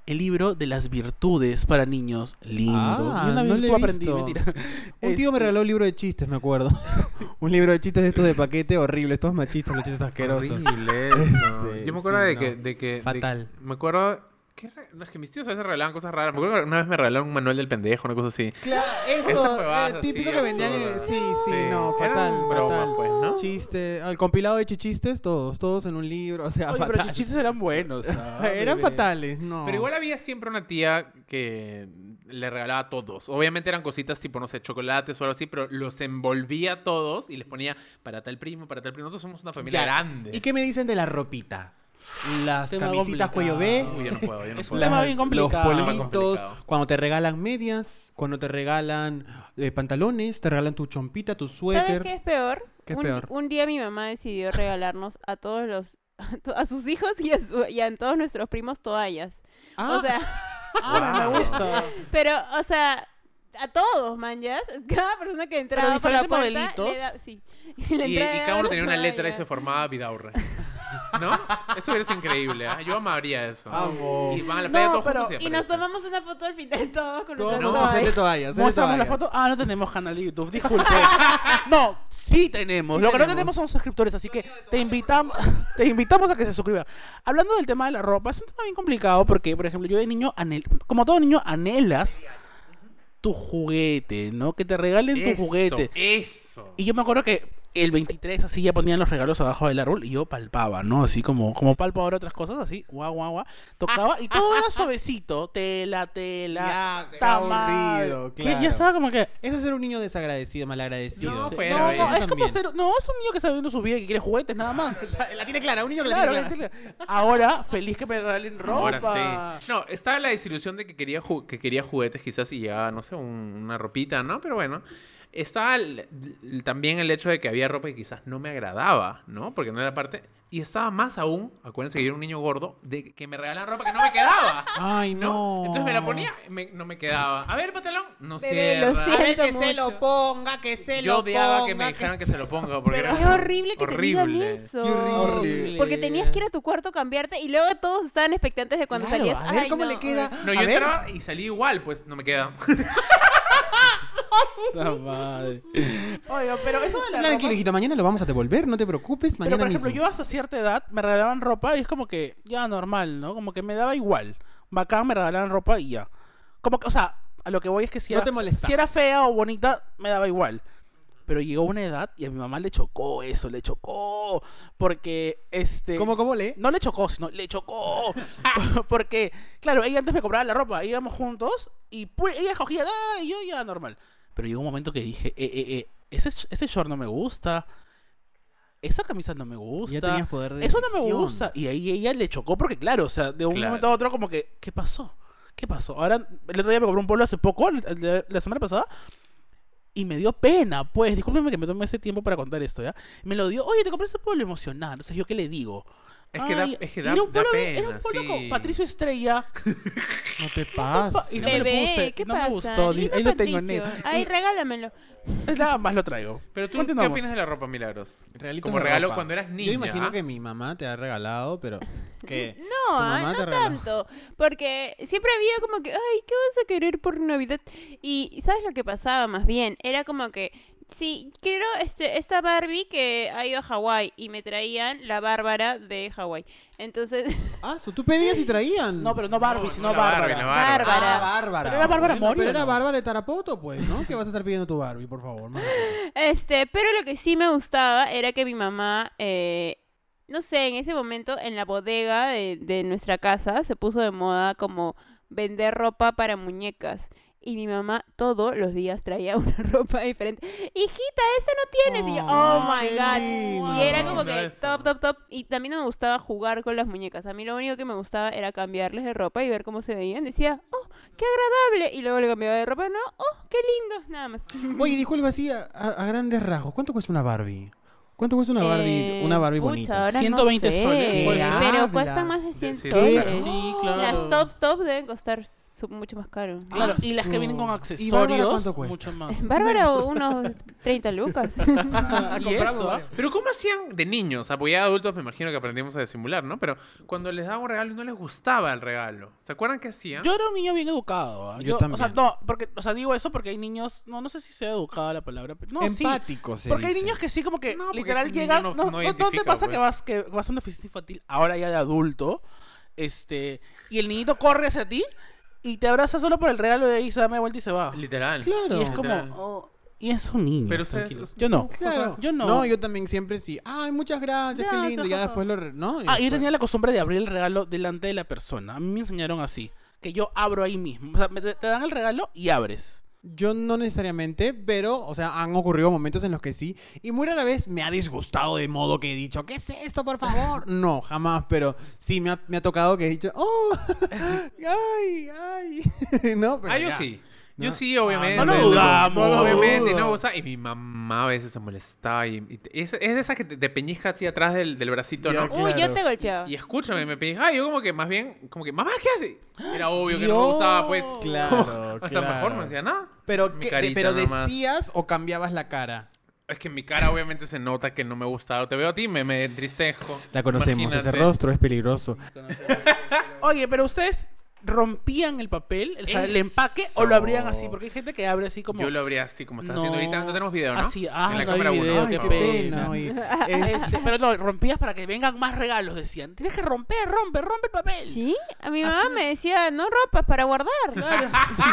el libro de las virtudes para niños. Lindo.
Ah,
Yo una
no
virtud
lo he
aprendí,
visto.
mentira.
Un tío me
Este,
regaló un libro de chistes, me acuerdo. un libro de chistes de estos de paquete horrible, estos machistas, los chistes asquerosos.
Horrible eso.
Sí,
Yo me acuerdo
sí,
de,
no.
que, de que- de-
Fatal.
me acuerdo. que re- no, es que mis tíos a veces regalaban cosas raras. Me acuerdo que una vez me regalaron un manual del pendejo, una cosa así.
Claro,
Esas
eso,
huevadas
eh,
así,
típico que vendían en...
absurdas.
Sí, sí,
Sí.
no,
Eran
fatal,
bromas,
fatal.
pues, ¿no?
Chiste, al compilado de chichistes, todos, todos en un libro, o sea,
Oye, pero
fatal.
tus chistes eran buenos. ah,
Eran
bebé.
fatales,
Oh.
no.
Pero igual había siempre una tía que le regalaba a todos. Obviamente eran cositas tipo, no sé, chocolates o algo así, pero los envolvía a todos y les ponía para tal primo, para tal primo. Nosotros somos una familia
Ya.
grande.
¿Y qué me dicen de la ropita? Las
Tema
camisitas cuello
complicado.
B,
Uy, yo no puedo, yo no
Es
puedo.
un tema
las-
bien
los
complicado. Ah,
polvitos,
Ah, Complicado.
cuando te regalan medias, cuando te regalan eh, pantalones, te regalan tu chompita, tu
¿Sabes
suéter.
qué es peor?
¿Qué es
un,
peor?
un día mi mamá decidió regalarnos a todos los a to- a sus hijos y a, su- y a todos nuestros primos toallas.
Ah,
O sea,
Ah, me gusta.
pero o sea, a todos, man, ¿ya? Cada persona que entraba por la
diferentes
puerta le
modelitos.
da- sí. Y, le
Y, y
entraba-
cada uno tenía una letra y
toalla.
se formaba Vidaurre. ¿No? Eso hubiera sido increíble. ¿ah? Yo amaría eso.
Vamos.
Y van a la
No,
playa todos
pero-
juntos
Y nos
aparecen.
tomamos una foto al final todos con
Todos
nuestras
No.
con set de
toallas.
toallas. set de
Mostramos la
toallas.
foto. Ah, no tenemos canal de YouTube, disculpe. No, sí tenemos.
Sí
Lo que no
tenemos.
tenemos son suscriptores, así que te invitamos, te invitamos a que se suscriban. Hablando del tema de la ropa, es un tema bien complicado porque, por ejemplo, yo de niño, anhel- como todo niño, anhelas tu juguete, ¿no? Que te regalen tu juguete.
Eso.
Y yo me acuerdo que el 23 así ya ponían los regalos abajo del árbol y yo palpaba, ¿no? Así como, como palpo ahora otras cosas, así, guau, guau, guau. Tocaba y todo era suavecito. Tela, tela.
Ya, qué
tamal.
aburrido,
Que
claro.
Ya estaba como que...
Eso es ser un niño desagradecido, malagradecido.
No,
Sí.
pero
no,
eso
no, es como
también.
ser. No, es un niño que está viviendo su vida y que quiere juguetes nada más.
La tiene clara, un niño que la
Claro,
tiene clara.
ahora feliz que me regalen ropa.
Ahora sí. No, estaba la desilusión de que quería, ju- que quería juguetes quizás y ya, no sé, un- una ropita, ¿no? Pero bueno. Estaba el- el- también el hecho de que había ropa que quizás no me agradaba, ¿no? Porque no era parte... Y estaba más aún, acuérdense que yo era un niño gordo, de que me regalaban ropa que no me quedaba.
Ay,
¿no?
no.
Entonces me la ponía, me- no me quedaba. A ver, pantalón, no
Bebé,
sé.
lo
A ver,
siento
que se
mucho.
lo ponga, que se
Yo
lo
odiaba
ponga.
que me dijeran que se lo ponga porque
Pero
era
qué horrible que te digan
horrible.
eso.
Qué horrible.
Horrible.
Porque tenías que ir a tu cuarto, cambiarte y luego todos estaban expectantes de cuando
Claro,
salías.
A ver
Ay,
cómo
no.
le queda.
No,
a
yo
ver,
entraba y salía igual, pues no me queda.
La madre. Oiga, pero eso de la ropa.
Tranquilo, hijito, mañana lo vamos a devolver, no te preocupes,
Pero
mañana
por ejemplo,
mismo.
yo hasta cierta edad me regalaban ropa y es como que ya normal, ¿no? Como que me daba igual. Bacán, me regalaban ropa y ya. Como que, o sea, a lo que voy es que si,
No
era,
te molesta.
si era fea o bonita, me daba igual. Pero llegó una edad y a mi mamá le chocó eso, le chocó. Porque, este.
¿Cómo, cómo le?
No le chocó, sino le chocó. Porque, claro, ella antes me compraba la ropa, íbamos juntos y pu- ella escogía, "Ah", y yo ya normal. Pero llegó un momento que dije, eh, eh, eh, ese, sh- ese short no me gusta, esa camisa no me gusta.
Ya tenías poder de
Eso no me
decisión.
gusta. Y ahí ella le chocó porque, claro, o sea, de un
Claro.
momento a otro como que, ¿qué pasó? ¿Qué pasó? Ahora, el otro día me compré un polo hace poco, el- el de- la semana pasada, Y me dio pena, pues. Discúlpeme que me tome ese tiempo para contar esto, ¿ya? Me lo dio, oye, te compré este pueblo emocional. Entonces, ¿yo qué le digo?
Es que da-
Ay,
es que da-
era un
da
pueblo, bien- era
pena,
un pueblo
sí.
con Patricio Estrella.
No te
pa-
pases.
y no me lo
Bebé,
puse,
¿qué
no me
pasa?
gustó, di-
Lindo
ahí lo tengo en
Patricio.
net.
Ay,
Y-
regálamelo.
Nada más lo traigo.
Pero tú, ¿qué
Continuamos.
opinas de la ropa Milagros?
Regalitos
Como
de
regalo
ropa.
cuando eras niña.
Yo imagino
¿ah?
que mi mamá te ha regalado, pero. ¿Qué?
No,
mamá
ay,
te
no
regaló.
tanto. Porque siempre había como que, ay, ¿qué vas a querer por Navidad? Y y ¿sabes lo que pasaba más bien? Era como que, sí, quiero este, esta Barbie que ha ido a Hawái y me traían la Bárbara de Hawái. Entonces,
Ah, su- tú pedías y traían.
No, pero no Barbie,
No,
sino
no la Barbie,
Bárbara.
la
Bárbara.
Ah, Bárbara.
Pero era Bárbara
Bueno,
Mori,
Pero
¿o
era
no?
Bárbara de Tarapoto, pues, ¿no? ¿Qué vas a estar pidiendo tu Barbie, por favor? Más rápido.
este, pero lo que sí me gustaba era que mi mamá, eh, no sé, en ese momento en la bodega de, de nuestra casa se puso de moda como vender ropa para muñecas. Y mi mamá todos los días traía una ropa diferente. Hijita, esta no tienes. y yo, oh
Oh,
my
qué
God.
lindo.
Y era como
Lindo
que
eso.
top, top, top. Y también no me gustaba jugar con las muñecas. A mí lo único que me gustaba era cambiarles de ropa y ver cómo se veían. Decía, oh, qué agradable. Y luego le cambiaba de ropa, no, oh, qué lindo. Nada más.
Oye, dijo algo así a, a- a grandes rasgos. ¿Cuánto cuesta una Barbie? ¿Cuánto cuesta una Barbie,
Eh,
una Barbie
pucha,
bonita?
ahora no
120
sé,
soles. ¿Qué
Pues Pero
hablas?
cuestan más de 100
Sí, sí,
soles.
claro.
Sí, claro.
Las top top deben costar su- mucho más caro.
Claro, y las
Ah,
que vienen con
su- ¿Y
accesorios,
Bárbara cuánto cuesta?
mucho más.
Bárbara, unos 30 lucas.
Ah, y eso, ¿ah?
Pero ¿cómo hacían de niños? Apoyados adultos, me imagino que aprendimos a disimular, ¿no? Pero cuando les daban un regalo y no les gustaba el regalo. ¿Se acuerdan qué hacían?
Yo era un niño bien educado. ¿ah?
Yo
O sea,
también.
no, porque, o sea, digo eso porque hay niños, no, no sé si sea educada la palabra, pero no, sí.
Empático, se
Porque hay
dice.
niños que sí, como que
No, porque
literal
el niño
llegan.
no- no
No, no- no te
identifica,
pasa
pues.
que vas, que vas a una fiesta infantil ahora ya de adulto? Este, y el niñito corre hacia ti y te abraza solo por el regalo de ahí, se da media vuelta y se va.
Literal.
Claro.
Y es
Literal.
como. oh, y es un niño.
Pero ustedes-
Yo no.
Claro.
Yo no.
No, yo también siempre sí. Ay, muchas gracias, qué
Gracias,
lindo. Ya
jaja.
después lo. re- ¿No? Y
Ah, yo
después-
tenía la costumbre de abrir el regalo delante de la persona. A mí me enseñaron así. Que yo abro ahí mismo. O sea, me- te, te dan el regalo y abres.
Yo no necesariamente, pero, o sea, han ocurrido momentos en los que sí. Y muy rara vez me ha disgustado de modo que he dicho, ¿qué es esto, por favor? No, jamás, pero sí me ha, me ha tocado que he dicho, ¡oh! ¡ay, ay! no, pero.
ah, yo
ya.
sí. Yo
No.
sí, obviamente.
no lo dudamos.
No, obviamente,
dudo.
no, o sea, y mi mamá a veces se molestaba. Y, y te- es, es de esas que te, te peñizca así atrás del, del bracito,
Ya,
¿no?
claro.
Uy, yo te golpeaba.
Y escúchame, me pedí, ay, yo como que más bien, como que, mamá, ¿qué hace? Era obvio que no me
Dios.
gustaba, pues.
Claro,
O sea,
claro.
mejor no decía nada.
Pero,
Mi
¿qué- de-
carita
pero
nomás.
decías o cambiabas la cara.
Es que en mi cara obviamente se nota que no me gustaba. Te veo a ti, me, me entristejo.
La conocemos, ese
Imagínate.
rostro es peligroso.
Oye, pero ustedes rompían el papel, o sea, el empaque, o lo abrían así. Porque hay gente que abre así como.
Yo lo abría así como está haciendo
No.
ahorita. No tenemos video, ¿no?
Así,
en la
ah, no hay
cámara uno,
video,
por
Ay, qué
qué
favor.
pena.
pena.
oye. Es-
Este, pero no, rompías para que vengan más regalos, decían. Tienes que romper, rompe, rompe el papel.
¿Sí? A mi mamá me decía, no ropas para guardar.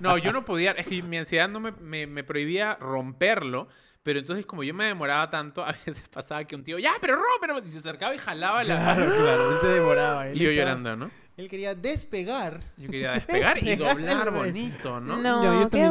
No, yo no podía. Es que mi ansiedad no me, me- me prohibía romperlo. Pero entonces, como yo me demoraba tanto, a veces pasaba que un tío, ya, pero rompe, no", y se acercaba y jalaba la.
Claro, claro, él se devoraba. él
Y yo
estaba-
llorando, ¿no?
Él quería despegar.
Yo quería despegar y
Despegar,
doblar
güey.
bonito, ¿no?
No,
Yo- yo
qué
también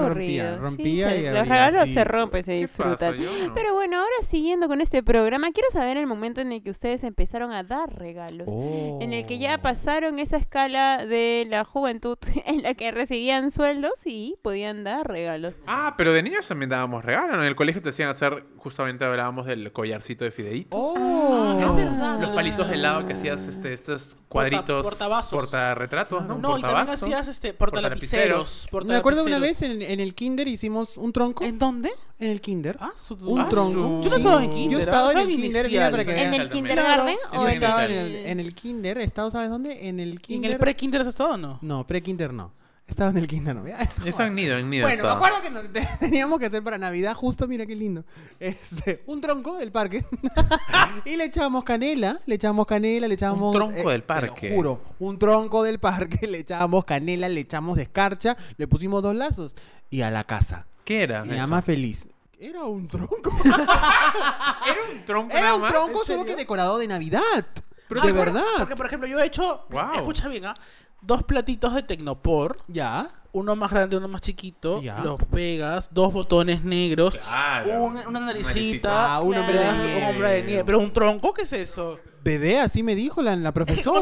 rompía,
aburrido. Sí,
rompía
se-
y
los
abría
regalos
así.
se rompen, se
¿Qué pasa?
disfrutan.
Yo no.
Pero bueno, ahora siguiendo con este programa, quiero saber el momento en el que ustedes empezaron a dar regalos.
Oh.
en el que ya
pasó
pasaron esa escala de la juventud en la que recibían sueldos y podían dar regalos.
Ah, pero de niños también dábamos regalos. ¿no? En el colegio te hacían hacer, justamente hablábamos del collarcito de fideíto.
Oh,
Ah,
¿no?
es verdad.
Los palitos de helado que hacías este, estos cuadritos.
portavasos.
Portarretratos, ¿no?
No, y también
Portavasos.
hacías este portalapiceros.
Me acuerdo una
portalapiceros.
vez en, en el kinder hicimos un tronco.
¿En dónde?
En el kinder.
Ah, su-
un
ah,
tronco.
su- Yo no
sí.
estaba en kinder.
Yo he estado en
ah,
el kinder, mira,
inicial.
para que
¿En
veas.
el
también.
kindergarten
Claro.
o
Yo
en
estaba en
el-
el, en el kinder. he estado, ¿sabes dónde? En el
¿Y en
kinder.
el pre-kinder has estado o no?
No, pre-kinder no. Estaba en el kinder, no.
Eso en nido, en nido.
Bueno, me
estaba.
acuerdo que nos- teníamos que hacer para Navidad, justo, mira qué lindo. Este, un tronco del parque. y le echábamos canela, le echábamos canela, le echábamos. eh,
tronco del
te lo
parque.
juro, un tronco del parque, le echábamos canela, le echamos escarcha, le pusimos dos lazos y a la casa.
¿Qué era?
Mi
eso?
mamá feliz. Era un tronco.
Era un tronco
Era
nada
un
más?
tronco
¿En
solo que
serio?
decorado de Navidad.
Pero
de
te acuerdas-
verdad.
Porque, por ejemplo, yo he hecho.
Guau.
Escucha bien, ¿ah? Dos platitos de Tecnopor.
Ya.
Uno más grande, uno más chiquito.
Ya.
Los pegas. Dos botones negros.
Claro.
un- una naricita.
Ah, un hombre de
Ah,
nieve.
un hombre de nieve. Pero un tronco, ¿qué es eso?
bebé, así me dijo la, la
Es que cuando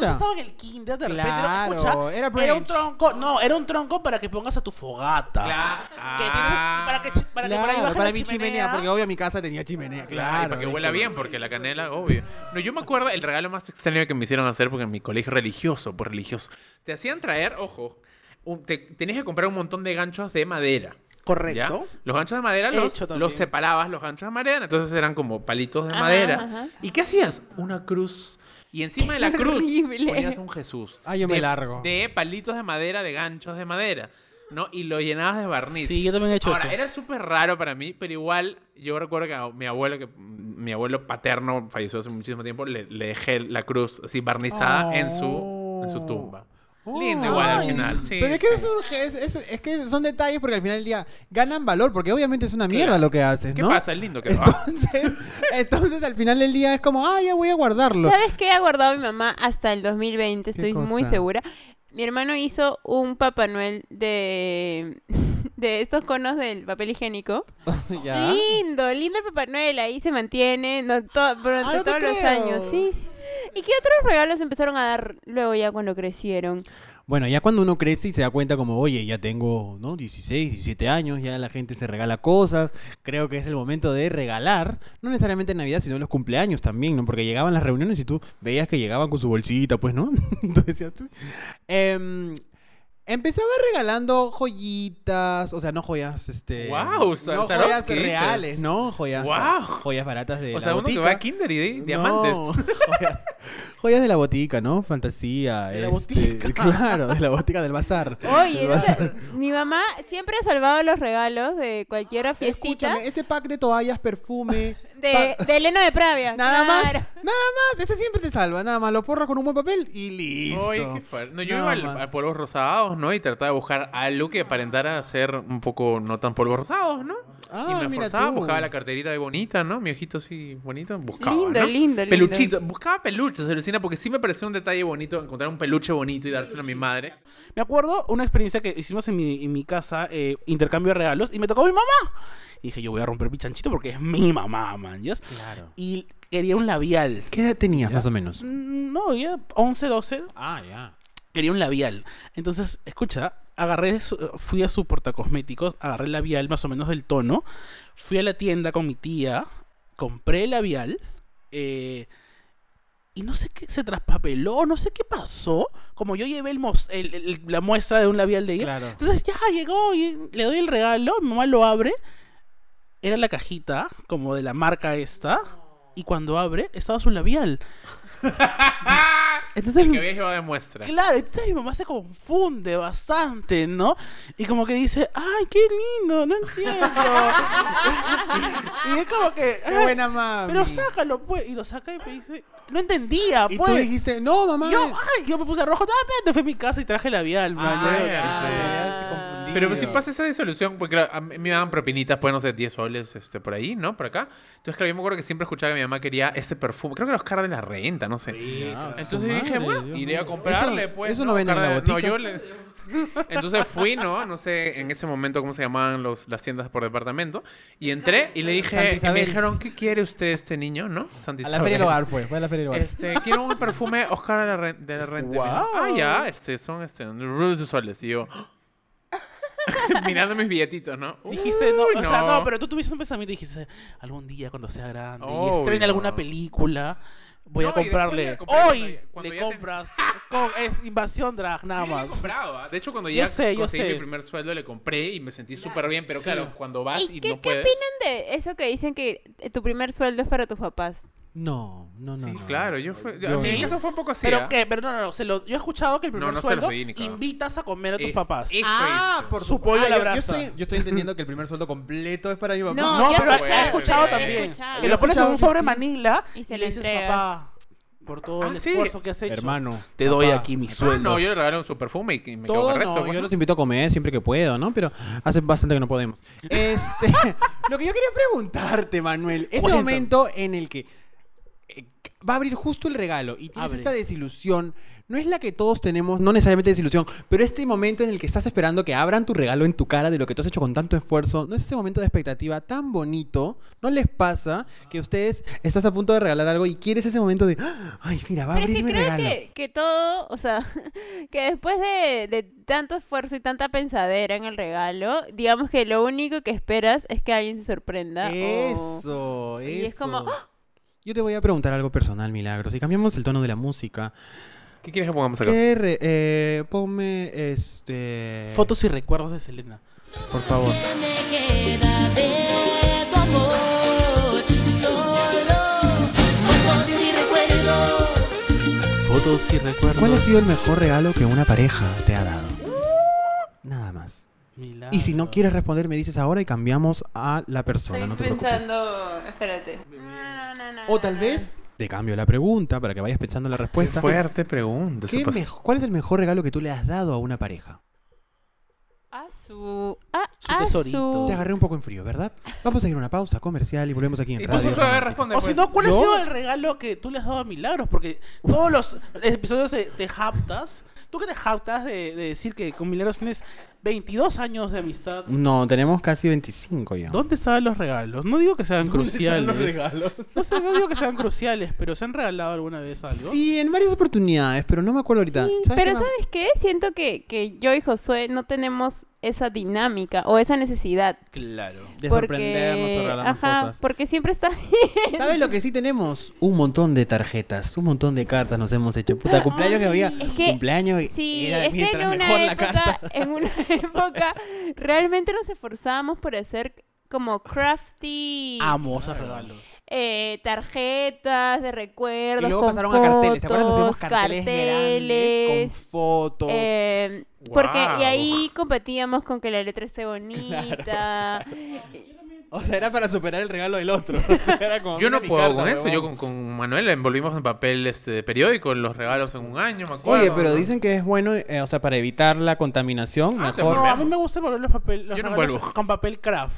profesora.
estaba en el kinder, de repente,
Claro,
escucha,
era
Pues era un
Branch.
tronco, no, era un tronco para que pongas a tu fogata.
Claro.
Que tienes-
ah.
y para que, chi- para que por ahí
Claro,
baje
para
la
mi chimenea, porque obvio mi casa tenía chimenea,
Claro,
claro.
para que
dijo.
huela bien, porque la canela, obvio. No, yo me acuerdo el regalo más extraño que me hicieron hacer, porque en mi colegio religioso, por religioso, te hacían traer, ojo, un- te- tenías que comprar un montón de ganchos de madera. ¿ya?
Correcto.
Los ganchos de madera
He
los,
hecho también.
los separabas, los ganchos de madera, entonces eran como palitos de
Ajá,
madera.
ajá.
¿Y qué hacías? Una cruz. Y encima de la cruz
horrible.
ponías un Jesús.
Ah, yo me
de-
largo.
De palitos de madera, de ganchos de madera, ¿no? Y lo llenabas de barniz.
Sí, yo también he hecho
Ahora,
eso.
era súper raro para mí, pero igual yo recuerdo que a mi abuelo, que mm, mi abuelo paterno falleció hace muchísimo tiempo, le, le dejé la cruz así barnizada en, su, en su
Oh.
tumba.
Oh.
Lindo igual al
Ay,
final. Sí,
pero es que,
sí.
es un- es- es- es que son detalles porque al final del día ganan valor, porque obviamente es una mierda lo que haces,
¿Qué
¿no?
pasa? Es lindo que lo hagas.
Entonces, entonces al final del día es como, ah, ya voy a guardarlo.
¿Sabes qué ha guardado mi mamá hasta el
¿Qué
2020? Estoy muy
cosa?
segura. Mi hermano hizo un Papá Noel de, de estos conos del papel higiénico.
Ya.
Lindo, lindo el Papá Noel. Ahí se mantiene no, to- durante
Ah, no te
todos los
creo.
años. Sí, sí. ¿Y qué otros regalos empezaron a dar luego ya cuando crecieron?
Bueno, ya cuando uno crece y se da cuenta como, oye, ya tengo, ¿no? 16, 17 años, ya la gente se regala cosas, creo que es el momento de regalar, no necesariamente en Navidad, sino en los cumpleaños también, ¿no? Porque llegaban las reuniones y tú veías que llegaban con su bolsita, pues, ¿no? Entonces decías tú... em, empezaba regalando joyitas, o sea, no joyas, este...
Guau,
No
Swarovski,
joyas
dices.
reales, ¿no? Joyas,
Guau.
joyas baratas de
O
la
sea, uno que
botica.
va a kinder y di-
No,
diamantes.
joya- joyas de la botica, ¿no? Fantasía.
De la
este, Claro, de la botica del bazar.
Oye,
Del
no sé,
bazar.
mi mamá siempre ha salvado los regalos de cualquier fiestita
Ah, Escúchame, ese pack de toallas, perfume.
de, de Elena de Pravia.
pa- Nada más,
claro.
nada más, ese siempre te salva, nada más, lo forras con un buen papel y listo.
Ay, qué fuerte. No, yo
Nada
iba al,
más.
a polvos rosados, ¿no? Y trataba de buscar algo que aparentara a ser un poco no tan polvos rosados, ¿no?
Ah,
y me
mira
esforzaba,
tú.
buscaba la carterita de bonita, ¿no? Mi ojito así bonito. Buscaba.
Lindo,
¿no?
lindo, lindo.
Peluchito. Buscaba peluches, alucina, porque sí me pareció un detalle bonito encontrar un peluche bonito y dárselo a mi madre.
Me acuerdo una experiencia que hicimos en mi, en mi casa, eh, intercambio de regalos, y me tocó mi mamá. Y dije, yo voy a romper mi chanchito porque es mi mamá, man. ¿ya?
Claro.
Y quería un labial.
¿Qué edad tenías, más o menos?
Mm, No, ya 11, 12,
Ah, ya.
quería un labial. Entonces, escucha, agarré, su- fui a su portacosméticos, agarré el labial más o menos del tono, fui a la tienda con mi tía, compré el labial, eh, y no sé qué, se traspapeló, no sé qué pasó, como yo llevé el mos- el- el- la muestra de un labial de ella.
Claro.
Entonces ya llegó y le doy el regalo, mi mamá lo abre, era la cajita, como de la marca esta, y cuando abre estaba su labial. Entonces
El que había llevado de muestra.
Claro, entonces mi mamá se confunde bastante, ¿no? Y como que dice, ay, qué lindo, no entiendo. y es como que,
Qué
"Ay,
buena mami.
pero sácalo, pues. Y lo saca y me dice, no entendía,
Y tú
pues.
dijiste, no, mamá.
Y yo, ay, yo me puse rojo, no, espérate, fui a mi casa y traje labial, man.
Ah,
Yo-
ya,
sí.
te quedaste confundido.
Pero pues, si pasa esa disolución, porque claro, a mí me daban propinitas, pues no sé, 10 soles este, por ahí, ¿no? Por acá. Entonces, claro, yo me acuerdo que siempre escuchaba que mi mamá quería ese perfume. Creo que era Oscar de la Renta, no sé. Entonces
Su
dije,
madre,
bueno,
Dios
iré a
mío.
comprarle,
Eso-
pues.
eso no venden en
Carne-
la
No,
botica.
yo le... Entonces fui, ¿no? No sé en ese momento cómo se llamaban los, las tiendas por departamento. Y entré y le
Santa
dije, y me
Isabel.
dijeron, ¿qué quiere usted este niño, no? Santa
A la
Isabel.
feria del hogar fue, fue a la feria del hogar.
Este, quiero un perfume Oscar de la, Ren- de la Renta. Y me dijo, Ah, ya, este, son este, 12 soles. Y yo, mirando mis billetitos, ¿no?
Dijiste, no,
Uy,
o sea, no, pero tú tuviste un pensamiento y dijiste, algún día cuando sea grande y
Obvio.
estrene alguna película, voy a
No, y después le
comprarle.
compré
Hoy
cuando ya- cuando
le
ya te-
compras. con- es invasión drag, nada
Yo ya le he
más.
comprado, ¿ah? De hecho, cuando
Yo
ya
sé, yo
conseguí
sé.
mi primer sueldo, le compré y me sentí súper bien. Pero
Sí.
claro, cuando vas y,
¿Y qué,
Ah, no
qué
puedes...
opinan de eso que dicen que eh, tu primer sueldo es para tus papás?
No, no, no.
Sí,
no.
claro, yo fue,
Yo-
en mi
Sí.
caso fue un poco así. ¿ah?
Pero qué, pero no, no, no, se lo- yo he escuchado que el
No,
primer
no se los
sueldo
di, Nico.
invitas a comer a tus
Es-
papás.
eso
Ah,
hice.
por
Su
su
pollo a la
yo- yo,
brasa.
estoy, yo estoy entendiendo que el primer sueldo completo es para mi papá.
Ah,
No,
No,
yo
pero
he
he
escuchado,
escuchado,
he
también.
escuchado.
Que lo pones en
Escuchado
un
que
sobre
sí.
manila
Y
y,
se lo
le dices,
entregas.
papá, por todo
Ah,
el
sí.
esfuerzo que has hecho,
Hermano.
te doy
papá,
aquí mi
Ah,
sueldo.
no, yo le regalé un su perfume y que- y me quedo con
Todo
el resto.
no,
pues,
yo
¿no?
los invito a comer siempre que puedo, ¿no? Pero hace bastante que no podemos. Este, lo que yo quería preguntarte, Manuel, ese
Cuéntame.
momento en el que eh, va a abrir justo el regalo y tienes
Abre.
esta desilusión, no es la que todos tenemos, no necesariamente desilusión, pero este momento en el que estás esperando que abran tu regalo en tu cara de lo que tú has hecho con tanto esfuerzo, no es ese momento de expectativa tan bonito, no les pasa que ustedes estás a punto de regalar algo y quieres ese momento de, "Ah, ay, mira, va a
Pero es
abrir
que
mi
creo
regalo.
que, que todo, o sea, que después de, de tanto esfuerzo y tanta pensadera en el regalo, digamos que lo único que esperas es que alguien se sorprenda. o-
Eso, eso.
Ah, Y es como, ¡Ah!
Yo te voy a preguntar algo personal, Milagros. Si cambiamos el tono de la música,
¿Qué quieres que pongamos acá?
¿qué re- eh, ponme este.
Fotos y recuerdos de Selena.
Por favor.
Me queda de tu amor, solo fotos y recuerdos.
Fotos y recuerdos.
¿Cuál ha sido el mejor regalo que una pareja te ha dado? Nada más.
Milagro.
Y si no quieres responder, me dices ahora y cambiamos a la persona.
Ah. estoy
No te preocupes.
pensando, espérate. No, no, no, no,
O tal
no,
vez te cambio la pregunta para que vayas pensando en la respuesta.
Fuerte pregunta.
¿Qué
eso pasó.
mej- ¿Cuál es el mejor regalo que tú le has dado a una pareja?
no. A su, a,
Su
a
tesorito.
su-
Te agarré un poco en frío, ¿verdad? Vamos a ir a una pausa comercial y volvemos aquí en
Y tú
Radio.
solo a ver,
Romántica.
responde.
O si
pues.
no, ¿cuál ha
No.
sido el regalo que tú le has dado a Milagros? Porque todos los episodios de- te jactas. ¿Tú que te jactas de, de decir que con Milagros tienes 22 años de amistad?
No, tenemos casi 25 ya.
¿Dónde estaban los regalos? No digo que sean cruciales. No sé, no digo que sean cruciales, pero ¿se han regalado alguna vez algo?
Sí, en varias oportunidades, pero no me acuerdo ahorita. ¿Sabes qué
Pero
me-
¿sabes qué? Siento que, que yo y Josué no tenemos esa dinámica o esa necesidad.
Claro.
De sorprendernos o
Porque,
regalarnos
ajá,
cosas.
porque siempre está
¿Sabes lo que sí tenemos? Un montón de tarjetas, un montón de cartas nos hemos hecho. Puta, cumpleaños que había.
Ah, Es que-
cumpleaños y
Sí,
era
es que
mientras
en
mejor
una,
la
época,
carta.
en una época realmente nos esforzábamos por hacer como crafty
Ah.
Amo esos regalos.
eh, tarjetas de recuerdos.
Y luego
con
pasaron a carteles. ¿Te acuerdas? Nos hacíamos
fotos,
carteles, grandes
carteles,
con fotos.
eh, Porque y
Guau.
ahí competíamos con que la letra esté bonita.
O sea, era para superar el regalo del otro. O sea, era como,
Yo
mira
no
mi
puedo
carta,
con eso.
huevón.
Yo con, con Manuel envolvimos en papel este, de periódico los regalos en un año, me acuerdo.
Oye, pero
¿no?
dicen que es bueno, eh, o sea, para evitar la contaminación,
Ah, te
mejor.
No, a
volvemos.
mí me gusta volver los papeles.
Yo no vuelvo.
Con papel craft.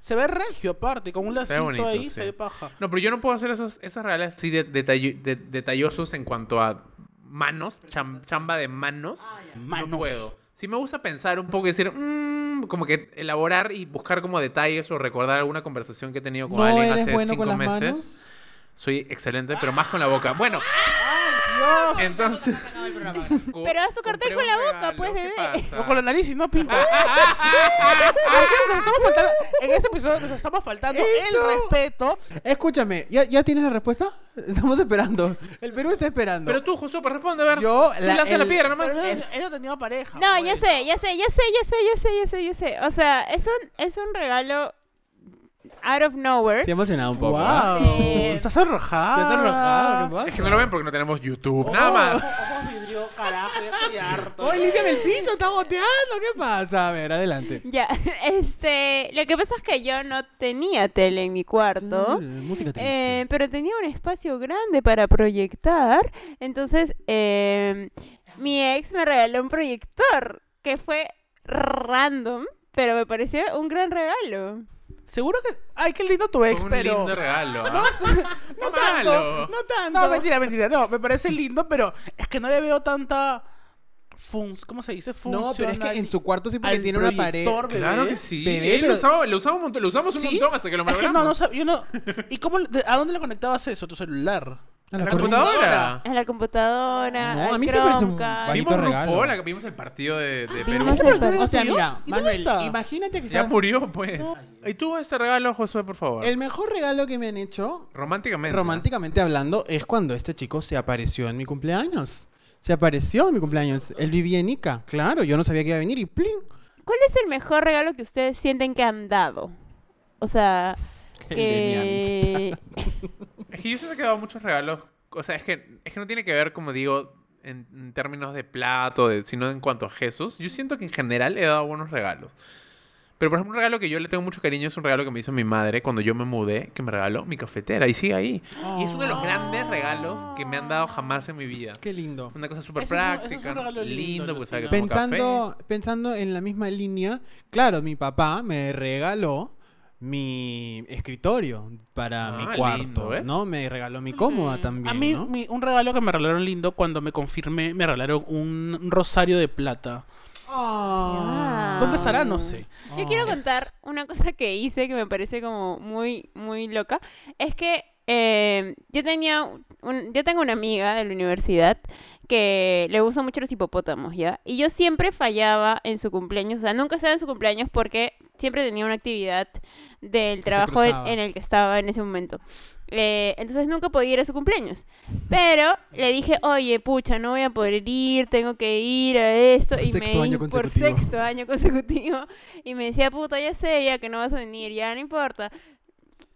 Se ve regio aparte, con un
Se ve
lacito
bonito,
ahí,
sí.
se ve paja.
No, pero yo no puedo hacer esos, esos regalos así de, detallo- de- detallosos en cuanto a manos, cham- chamba de manos.
Manos.
No puedo. Sí me gusta pensar un poco y decir, "Mm", como que elaborar y buscar como detalles o recordar alguna conversación que he tenido con
¿No
alguien
eres
hace
bueno
cinco
con las
meses.
manos?
Soy excelente, pero más con la boca. Bueno,
Dios.
entonces...
Pero haz tu cartel
compré
con
un
la boca,
regalo,
pues,
¿qué
bebé.
pasa? Ah,
No con la nariz y no pinta. Ay, creo que nos estamos faltando- en este episodio nos estamos faltando
Eso.
el respeto.
Escúchame, ¿ya, ¿ya tienes la respuesta? Estamos esperando. El Perú está esperando.
Pero tú, Josué, pues responde, a ver.
Yo,
Tú lanza la
el-
piedra nomás.
Pero no, él no tenía pareja.
No,
pues.
ya sé, ya sé, ya sé, ya sé, ya sé, ya sé, ya sé. O sea, es un, es un regalo out of nowhere.
Se ha emocionado un poco.
¿eh?
¿ah?
Wow.
Sí.
Estás arrojada.
Se ha enojado, ¿qué pasa?
Es que no lo ven porque no tenemos YouTube,
Oh,
nada más.
¡Oye, límpiame el piso! ¡Está goteando! ¿Qué pasa? A ver, adelante.
Ya, este, lo que pasa es que yo no tenía tele en mi cuarto.
Claro, Música Ah, triste.
eh, pero tenía un espacio grande para proyectar. Entonces, eh, mi ex me regaló un proyector que fue random, pero me pareció un gran regalo.
Seguro que. Ay, qué lindo tu ex,
Fue un
pero.
lindo regalo. ¿ah?
No,
malo.
no tanto, no tanto.
no, mentira, mentira. No, me parece lindo, pero es que no le veo tanta. Funs, ¿Cómo se dice?
No, pero es que en su cuarto sí porque
al
tiene una pared.
proyector, bebé.
Claro que sí.
Bebé,
Él
pero-
lo, usaba, lo usaba un montón, lo usamos un
¿Sí?
montón hasta que lo
Es que no, no
malogramos.
sab- yo no. ¿Y cómo, le- de- a dónde le conectabas eso? ¿Tu celular?
A
la
la corriente.
computadora.
A la computadora,
No, a
al
mí se me parece un
Chromecast.
Bonito
Vimos
regalo.
RuPaul, acá vimos el partido de,
Ah,
de Perú.
no sé.
proyector era
O sea,
tuyo?
mira,
¿Y dónde
Manuel,
está?
imagínate que
Ya
estás...
murió, pues. ¿Y tú este regalo, Josué, por favor?
El mejor regalo que me han hecho,
Románticamente.
románticamente hablando, es cuando este chico se apareció en mi cumpleaños. Se apareció en mi cumpleaños. Él vivía en Ica. Claro, yo no sabía que iba a venir y ¡plin!
¿Cuál es el mejor regalo que ustedes sienten que han dado? O sea, eh,
El de mi
que...
Es que yo se he quedado muchos regalos. O sea, es que, es que no tiene que ver, como digo, en, en términos de plato, de- sino en cuanto a Jesús. Yo siento que en general he dado buenos regalos. Pero, por ejemplo, un regalo que yo le tengo mucho cariño es un regalo que me hizo mi madre cuando yo me mudé, que me regaló mi cafetera y sigue ahí. Y es uno de los grandes regalos que me han dado jamás en mi vida.
Qué lindo.
Una cosa súper
Ese Ah. es un- ese es un
práctica,
regalo lindo,
lindo, pues sabe que tomo
Pensando, pensando en la misma línea, claro, mi papá me regaló mi escritorio para
Ah,
mi
lindo,
cuarto,
¿ves?
¿no? Me regaló mi cómoda
Mm,
también,
A mí,
¿no?
mi- un regalo que me regalaron lindo cuando me confirmé, me regalaron un, un rosario de plata.
Ah.
¿Dónde estará? No sé. Oh.
Yo quiero contar una cosa que hice que me parece como muy, muy loca. Es que eh, yo tenía, un- yo tengo una amiga de la universidad que le gustan mucho los hipopótamos, ¿ya? Y yo siempre fallaba en su cumpleaños, o sea, nunca estaba en su cumpleaños porque siempre tenía una actividad del trabajo en,
cruzaba.
en el que estaba en ese momento. Eh, entonces nunca podía ir a su cumpleaños. Pero le dije, oye, pucha, no voy a poder ir, tengo que ir a esto.
Por
y me
sexto año
in- por
consecutivo.
sexto año consecutivo. Y me decía, puta, ya sé, ya que no vas a venir, ya no importa.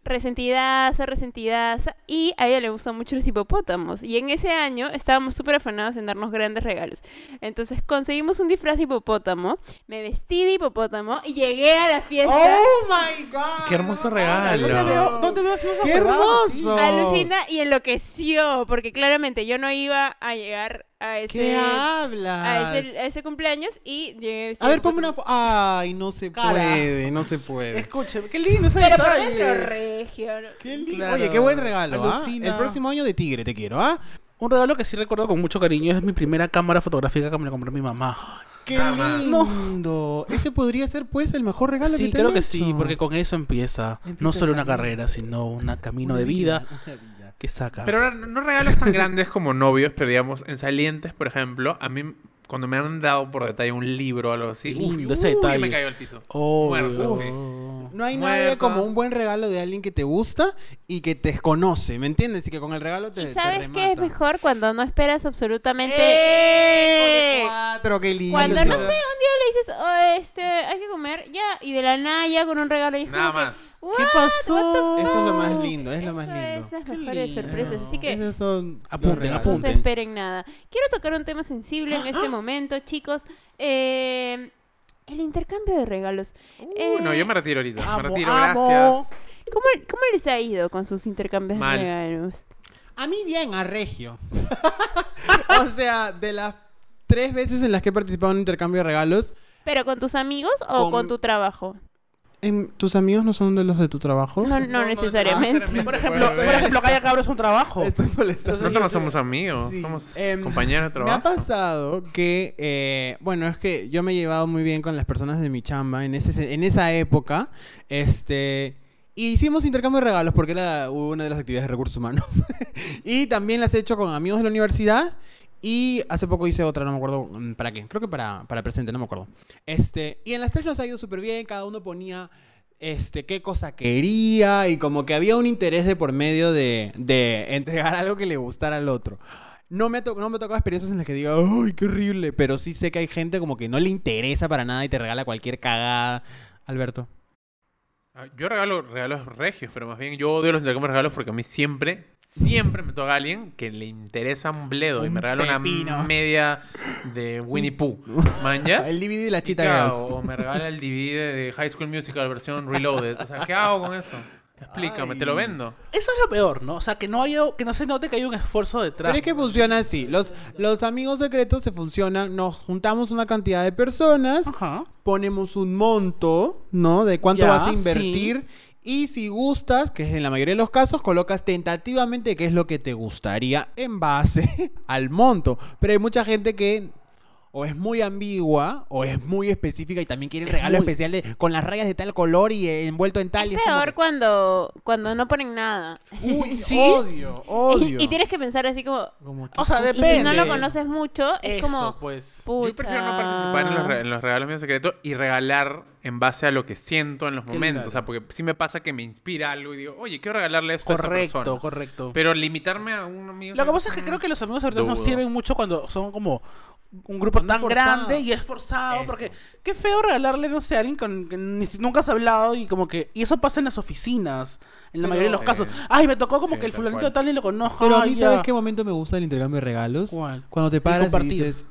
Resentidaza, resentidaza. Y a ella le gustan mucho los hipopótamos. Y en ese año estábamos súper afanados en darnos grandes regalos. Entonces conseguimos un disfraz de hipopótamo. Me vestí de hipopótamo y llegué a la fiesta.
¡Oh, my God!
Qué hermoso
¿Dónde
regalo.
veo- dónde veo- ¡Qué hermoso!
Alucina y enloqueció. Porque claramente yo no iba a llegar a ese,
¿Qué hablas?
a ese, a ese cumpleaños. Y llegué vestida
A
de
ver, como
hipopótamo.
una... fo- Ay, no se
Cara.
puede, no se puede.
Escúcheme, qué lindo ese
Pero por
detalle.
dentro, regio. ¿no?
Qué lindo.
Claro.
Oye, qué buen regalo, ¿ah?
Alucina.
El próximo año de Tigre te quiero, ¿ah?
Un regalo que sí recuerdo con mucho cariño es mi primera cámara fotográfica que me la compró mi mamá.
¡Qué lindo! Ese podría ser, pues, el mejor regalo
Sí,
que te
creo
han
que
hecho.
sí, porque con eso empieza, no
Empieza
solo
el
una
camino.
carrera, sino un camino
Una
de vida,
una vida.
que saca.
Pero ahora, no regalos tan grandes como novios, pero digamos, en salientes, por ejemplo, a mí cuando me han dado por detalle un libro o algo así,
Qué
uy,
lindo ese
uy,
detalle.
me cayó al piso.
Oh,
Muerto,
uf.
sí.
No hay nadie
Muerta.
como un buen regalo de alguien que te gusta y que te conoce, ¿me entiendes? Y que con el regalo te,
¿Y
te
sabes qué es
remata.
mejor cuando no esperas absolutamente...
¡Eh!
Oye,
Cuatro, qué lindo.
Cuando no sé, un día le dices, "Oh, este, hay que comer, ya, y de la nada ya con un regalo y es
Nada
como que,
más.
"What?
¿Qué pasó?
Eso es lo más lindo, es lo más
Eso es
lindo.
las mejores
lindo.
sorpresas, así que
Esos son los
Apunten,
regalos.
no
apunten.
se esperen nada. Quiero tocar un tema sensible en este momento, chicos. Eh, el intercambio de regalos. Eh,
Uy, Uh, no, yo me retiro ahorita. me
Amo,
retiro,
amo.
gracias.
¿cómo, cómo les ha ido con sus intercambios
Mal.
de regalos?
A mí bien, a Regio. o sea, de las tres veces en las que he participado en un intercambio de regalos,
¿Pero con tus amigos o
Con-
con, tu trabajo?
em, ¿tus amigos no son de los de tu trabajo?
No, no, necesariamente.
Por ejemplo, por ejemplo, Calla Cabros es un trabajo.
Estoy molestando.
Nosotros no somos amigos,
Sí.
somos
Em,
compañeros de
Me ha
trabajo.
pasado que, eh, bueno, es que yo me he llevado muy bien con las personas de mi chamba en, ese, en esa época. Este, y hicimos intercambio de regalos porque era una de las actividades de recursos humanos. y también las he hecho con amigos de la universidad. Y hace poco hice otra, no me acuerdo mm, para qué. Creo que para, para presente, no me acuerdo. Este, y en las tres nos ha ido súper bien. Cada uno ponía este, qué cosa quería y como que había un interés de por medio de, de entregar algo que le gustara al otro. No me, ha to- no me ha tocado experiencias en las que diga, ¡ay, qué horrible! Pero sí sé que hay gente como que no le interesa para nada y te regala cualquier cagada. Alberto.
Ah, Yo regalo regalos regios, pero más bien yo odio los intercambios de regalos porque a mí siempre, siempre me toca alguien que le interesa un bledo y
Un
me regala
pepino.
una media de Winnie Pooh. ¿Manjas?
El DVD de la
¿Y
Chita
qué
Girls.
hago? O me regala el DVD de High School Musical versión Reloaded. O sea, ¿qué hago con eso? Explícame, te lo vendo.
Eso es lo peor, ¿no? O sea, que no haya, que no se note que hay un esfuerzo detrás.
Pero es que funciona así. Los, los amigos secretos se funcionan. Nos juntamos una cantidad de personas,
Ajá.
ponemos un monto, ¿no? De cuánto
Ya,
vas a invertir. Y si gustas, que es en la mayoría de los casos, colocas tentativamente qué es lo que te gustaría en base al monto. Pero hay mucha gente que o es muy ambigua o es muy específica y también quiere el
Es
regalo
muy-
especial de, con las rayas de tal color y eh, envuelto en tal. y
Es
es como
peor cuando, cuando no ponen nada.
que, Uy,
¿Sí?
odio,
Y,
odio.
y tienes que pensar así como...
Como que-
O sea,
y
depende.
si no lo conoces mucho, es
Eso,
como...
pues.
Pucha.
Yo prefiero no participar en los, re- en los regalos míos secretos y regalar en base a lo que siento en los momentos. O sea, porque sí me pasa que me inspira algo y digo, oye, quiero regalarle esto a esta
Correcto,
persona.
correcto.
Pero limitarme a un amigo. mm.
Lo que pasa es que creo que los amigos secretos no
Dudo.
sirven mucho cuando son como un grupo
Cuando
tan
es forzado.
grande y es forzado.
Eso.
Porque qué feo regalarle, no sé, a alguien con que ni si- nunca has hablado y como que. Y eso pasa en las oficinas, en
Pero-
la mayoría de los
Sí.
casos. Ay, me tocó como
Sí,
que el
tal
fulanito
cual.
tal y lo conozco.
Pero a
Ah,
ay,
mí,
ya.
¿sabes qué momento me gusta el intercambio de regalos?
¿Cuál?
Cuando te paras y
compartir.
dices,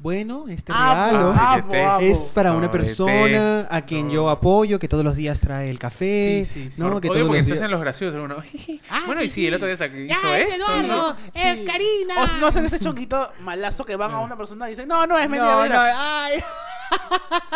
bueno, este
Ah,
Amo,
regalo
amo, amo.
es para una
No,
persona
detesto.
a quien yo apoyo, que todos los días trae el café,
Sí, sí, sí.
¿no? Que
Odio
todos
porque
los
se
días-
hacen los graciosos. algunos.
Ah,
bueno, y
sí,
sí, el
sí.
otro día sa- hizo
Ya, es
esto.
Eduardo,
Sí.
es Karina.
O si no hacen ese chonquito malazo que van a una persona y dicen, no, no es
No,
media
no,
vera".
ay.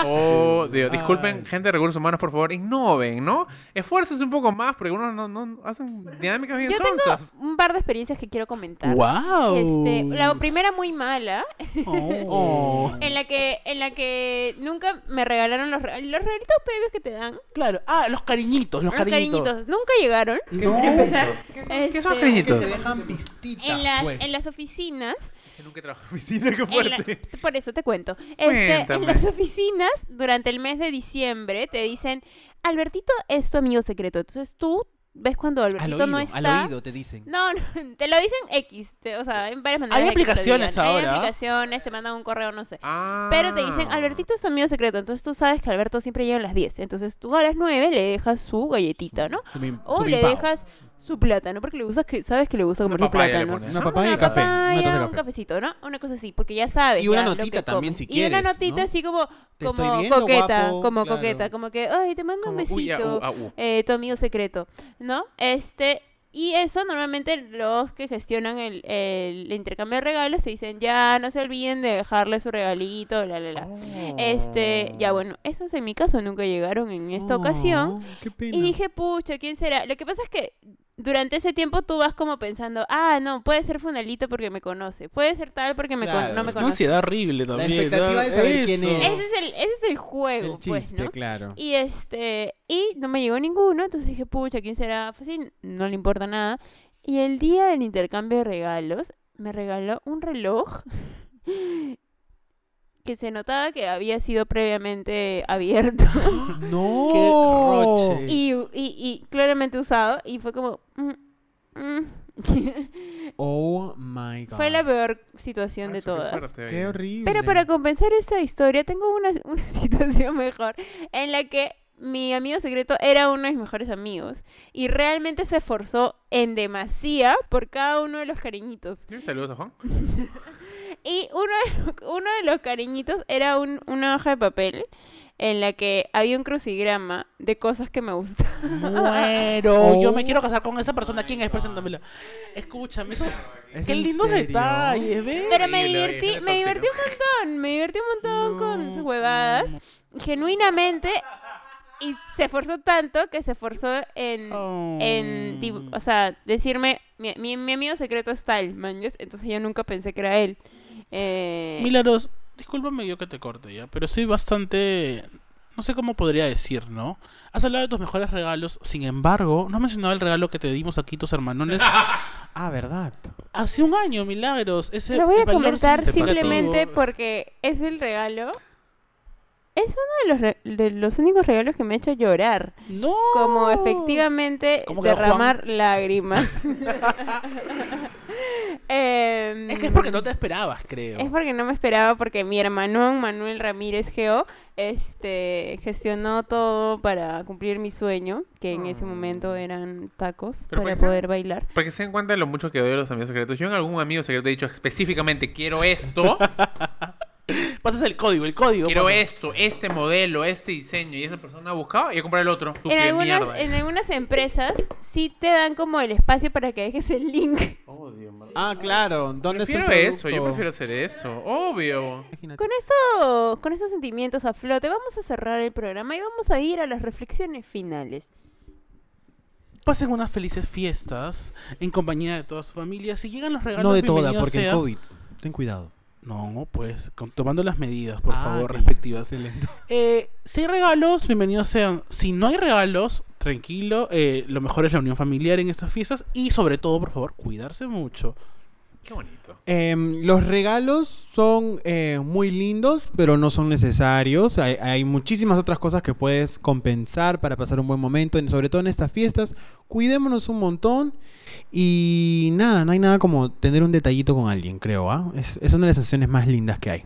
Oh, Dios. Disculpen,
Ay.
gente de recursos humanos, por favor, innoven, ¿no? Esfuércense un poco más, porque unos no, no hacen dinámicas bien
Yo tengo
sonsas.
un par de experiencias que quiero comentar.
¡Wow!
Este, la primera muy mala,
Oh.
en la que, en la que nunca me regalaron los, re- los regalitos previos que te dan.
Claro. Ah, los cariñitos, los
Los cariñitos.
cariñitos.
Nunca llegaron.
No.
Para empezar,
¿Qué son
este,
Que te
cariñitos?
dejan pistita.
En las,
pues.
en las oficinas,
Que nunca he trabajado en oficina, qué
en la-
fuerte.
por eso te cuento. Este, en
Cuéntame.
las oficinas, durante el mes de diciembre, te dicen, Albertito es tu amigo secreto. Entonces tú ves cuando
al
Albertito
oído,
no está.
al oído te dicen.
No, no, te lo dicen X, te- o sea, en varias maneras.
Hay
de que te lo
aplicaciones
digan. Hay
ahora.
aplicaciones, te mandan un correo, no sé.
Ah.
Pero te dicen, Albertito es tu amigo secreto, entonces tú sabes que Alberto siempre llega a las 10. Entonces tú a las 9 le dejas su galletita, ¿no?
Su mim-
O
su
le
mimpao.
dejas su plátano, porque le gusta que, sabes que le gusta
Una
comer su
papaya le
plátano.
pones,
Una
¿no?
papaya y café.
papaya,
Una taza de
un
café.
cafecito, ¿no? Una cosa así, porque ya sabes.
Y una
ya lo
notita
que
también,
comes.
si
Y una
quieres,
notita
¿no?
así como,
Te estoy
como
viendo,
coqueta,
guapo,
como
claro.
coqueta, como que, ay, te mando
Como,
un
uy, ah,
besito
uh, ah, uh.
eh, tu amigo secreto, ¿no? Este, y eso normalmente los que gestionan el, el intercambio de regalos te dicen, ya, no se olviden de dejarle su regalito, la, la, la. Este, ya bueno, esos en mi caso nunca llegaron en esta ocasión.
Oh, qué pena.
Y dije, pucha, ¿quién será? Lo que pasa es que durante ese tiempo tú vas como pensando, ah, no, puede ser Funalito porque me conoce, puede ser tal porque me con-
Claro,
no me
es
Es
conoce.
una ansiedad horrible
La
también.
expectativa
¿no?
de saber quién
Eso.
es.
Ese es el, ese es el juego,
el
pues,
chiste,
¿no?
claro.
Y este, y no me llegó ninguno, entonces dije, pucha, ¿quién será? Fácil, no le importa nada. Y el día del intercambio de regalos, me regaló un reloj que se notaba que había sido previamente abierto
No.
Qué roche.
y, y, y claramente usado, y fue como... mm, mm.
Oh my god.
Fue la peor situación
Ah,
de
eso, qué
todas.
fuerte,
Qué
oye.
horrible.
Pero para compensar esta historia, tengo una, una situación mejor en la que mi amigo secreto era uno de mis mejores amigos y realmente se esforzó en demasía por cada uno de los cariñitos.
¿Tienes saludos a Juan?
Y uno de, lo- uno de los cariñitos era un- una hoja de papel en la que había un crucigrama de cosas que me gustaban.
Muero.
Oh.
Yo me quiero casar con esa persona. ¿Quién es? Preséntamela. Escúchame. Eso...
¿Es
Qué
en
lindos
serio?
detalles, ¿ves?
Pero me
Horrible, oye,
divertí,
gente
me divertí
tóxica.
un montón, me divertí un montón con
No,
sus huevadas. Genuinamente, y se esforzó tanto que se esforzó en,
Oh.
en di- o sea, decirme, mi, mi- mi amigo secreto es tal, manches, entonces yo nunca pensé que era él. Eh,
Milagros, discúlpame yo que te corte ya, pero soy bastante... No sé cómo podría decir, ¿no? Has hablado de tus mejores regalos, sin embargo, no has mencionado el regalo que te dimos aquí tus hermanones
Ah, verdad.
hace un año, Milagros. Ese,
lo voy
el
a
valor
comentar
significativo.
simplemente porque es el regalo. Es uno de los, re- de los únicos regalos que me ha hecho llorar.
No.
Como efectivamente
Oh. ¿Cómo quedó Juan?
derramar lágrimas. Em,
Es que es porque no te esperabas, creo.
Es porque no me esperaba porque mi hermano Manuel Ramírez Geo este, gestionó todo para cumplir mi sueño, que en ese momento eran tacos
Mm. Pero
para
parece-
poder bailar.
Para que se den cuenta de lo mucho que odio a los amigos secretos. Yo en algún amigo secreto he dicho específicamente, quiero esto,
Pasas el código, el código.
quiero
pasa.
esto, este modelo, este diseño. Y esa persona ha buscado y he comprado el otro. Tú,
En
qué
algunas,
mierda.
en algunas empresas sí te dan como el espacio para que dejes el link.
Oh, Dios, madre.
Ah, claro. ¿Dónde
Prefiero
está el
eso, yo
producto?
prefiero hacer eso, obvio.
Con eso, con esos sentimientos a flote, vamos a cerrar el programa y vamos a ir a las reflexiones finales.
Pasen unas felices fiestas en compañía de toda su familia. Si llegan los regalos,
No de toda,
bienvenido
porque el
sea.
COVID. Ten cuidado.
No, pues, con- tomando las medidas, por
Ah,
favor,
qué
respectivas.
Excelente.
Eh, si hay regalos, bienvenidos sean. Si no hay regalos, tranquilo. eh, lo mejor es la unión familiar en estas fiestas. Y sobre todo, por favor, cuidarse mucho.
Qué bonito.
Em, los regalos son eh, muy lindos, pero no son necesarios. Hay, hay muchísimas otras cosas que puedes compensar para pasar un buen momento, en- sobre todo en estas fiestas. Cuidémonos un montón y nada, no hay nada como tener un detallito con alguien, creo. ¿ah? Es, es una de las sensaciones más lindas que hay.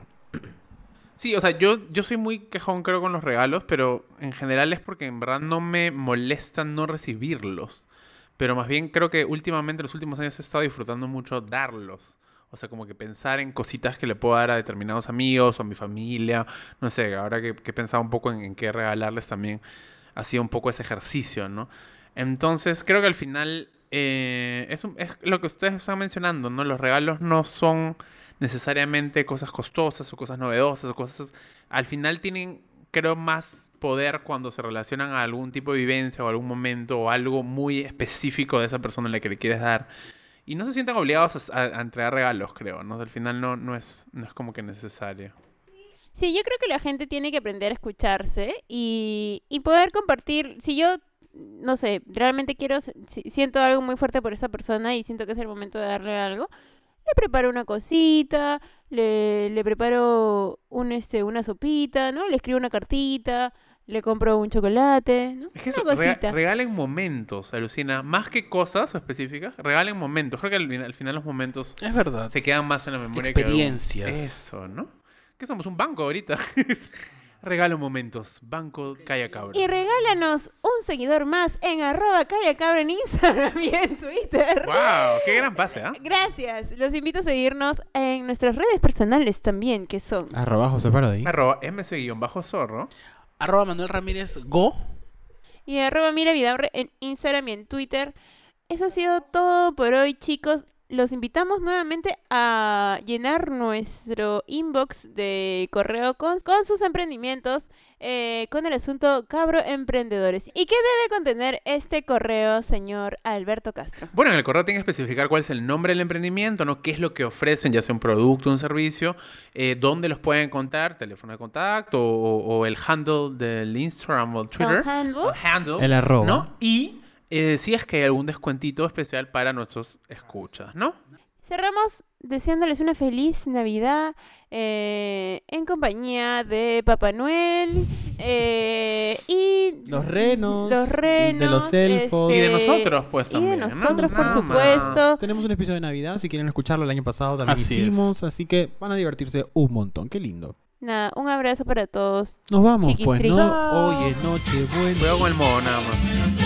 Sí, o sea, yo, yo soy muy quejón creo con los regalos, pero en general es porque en verdad no me molesta no recibirlos. Pero más bien creo que últimamente, en los últimos años, he estado disfrutando mucho darlos. O sea, como que pensar en cositas que le puedo dar a determinados amigos o a mi familia. No sé, ahora que, que he pensado un poco en, en qué regalarles también, ha sido un poco ese ejercicio, ¿no? Entonces, creo que al final eh, es, un- es lo que ustedes están mencionando, ¿no? Los regalos no son necesariamente cosas costosas o cosas novedosas o cosas... Al final tienen, creo, más poder cuando se relacionan a algún tipo de vivencia o algún momento o algo muy específico de esa persona a la que le quieres dar. Y no se sientan obligados a, a- a entregar regalos, creo, ¿no? Al final no, no, es, no es como que necesario.
Sí, yo creo que la gente tiene que aprender a escucharse y, y poder compartir. Si yo, no sé, realmente quiero, si- siento algo muy fuerte por esa persona y siento que es el momento de darle algo, le preparo una cosita, le, le preparo un, este, una sopita, ¿no? Le escribo una cartita, le compro un chocolate, ¿no?
Es que eso,
una
rega-
cosita.
regalen momentos, alucina. Más que cosas o específicas, regalen momentos. Creo que al, fin- al final los momentos
Es verdad.
se quedan más en la memoria.
Experiencias.
Que algún- Eso, ¿no? Que somos un banco ahorita. Regalo momentos. Banco Calla Cabra.
Y regálanos un seguidor más en arroba callacabra en Instagram y en Twitter.
¡Wow! ¡Qué gran pase, ah!
Gracias. Los invito a seguirnos en nuestras redes personales también, que son.
Arroba José Parodi.
Arroba mc-zorro.
Arroba Manuel Ramírez Go.
Y arroba Mira Vidaurre en Instagram y en Twitter. Eso ha sido todo por hoy, chicos. Los invitamos nuevamente a llenar nuestro inbox de correo con, con sus emprendimientos eh, con el asunto Cabro Emprendedores. ¿Y qué debe contener este correo, señor Alberto Castro?
Bueno, en el correo tienen que especificar cuál es el nombre del emprendimiento, ¿no? ¿Qué es lo que ofrecen, ya sea un producto, un servicio? eh, ¿Dónde los pueden encontrar? ¿Teléfono de contacto o, o el handle del Instagram o Twitter?
El handle.
El handle.
El arroba.
¿No? Y eh, si es que hay algún descuentito especial para nuestros escuchas, ¿no?
Cerramos deseándoles una feliz Navidad eh, en compañía de Papá Noel eh, y
Los renos,
los renos,
de los elfos.
Y de
este,
nosotros, pues,
y de
también, ¿no?
nosotros, por
Nada más.
supuesto.
Tenemos un episodio de Navidad, si quieren escucharlo el año pasado también
Así es.
hicimos, así que van a divertirse un montón, qué lindo.
Nada, un abrazo para todos.
Nos vamos,
Chiquis
pues, ¿no?
tristes.
Hoy es noche buena.
Cuidado con el modo, nada más.
Yo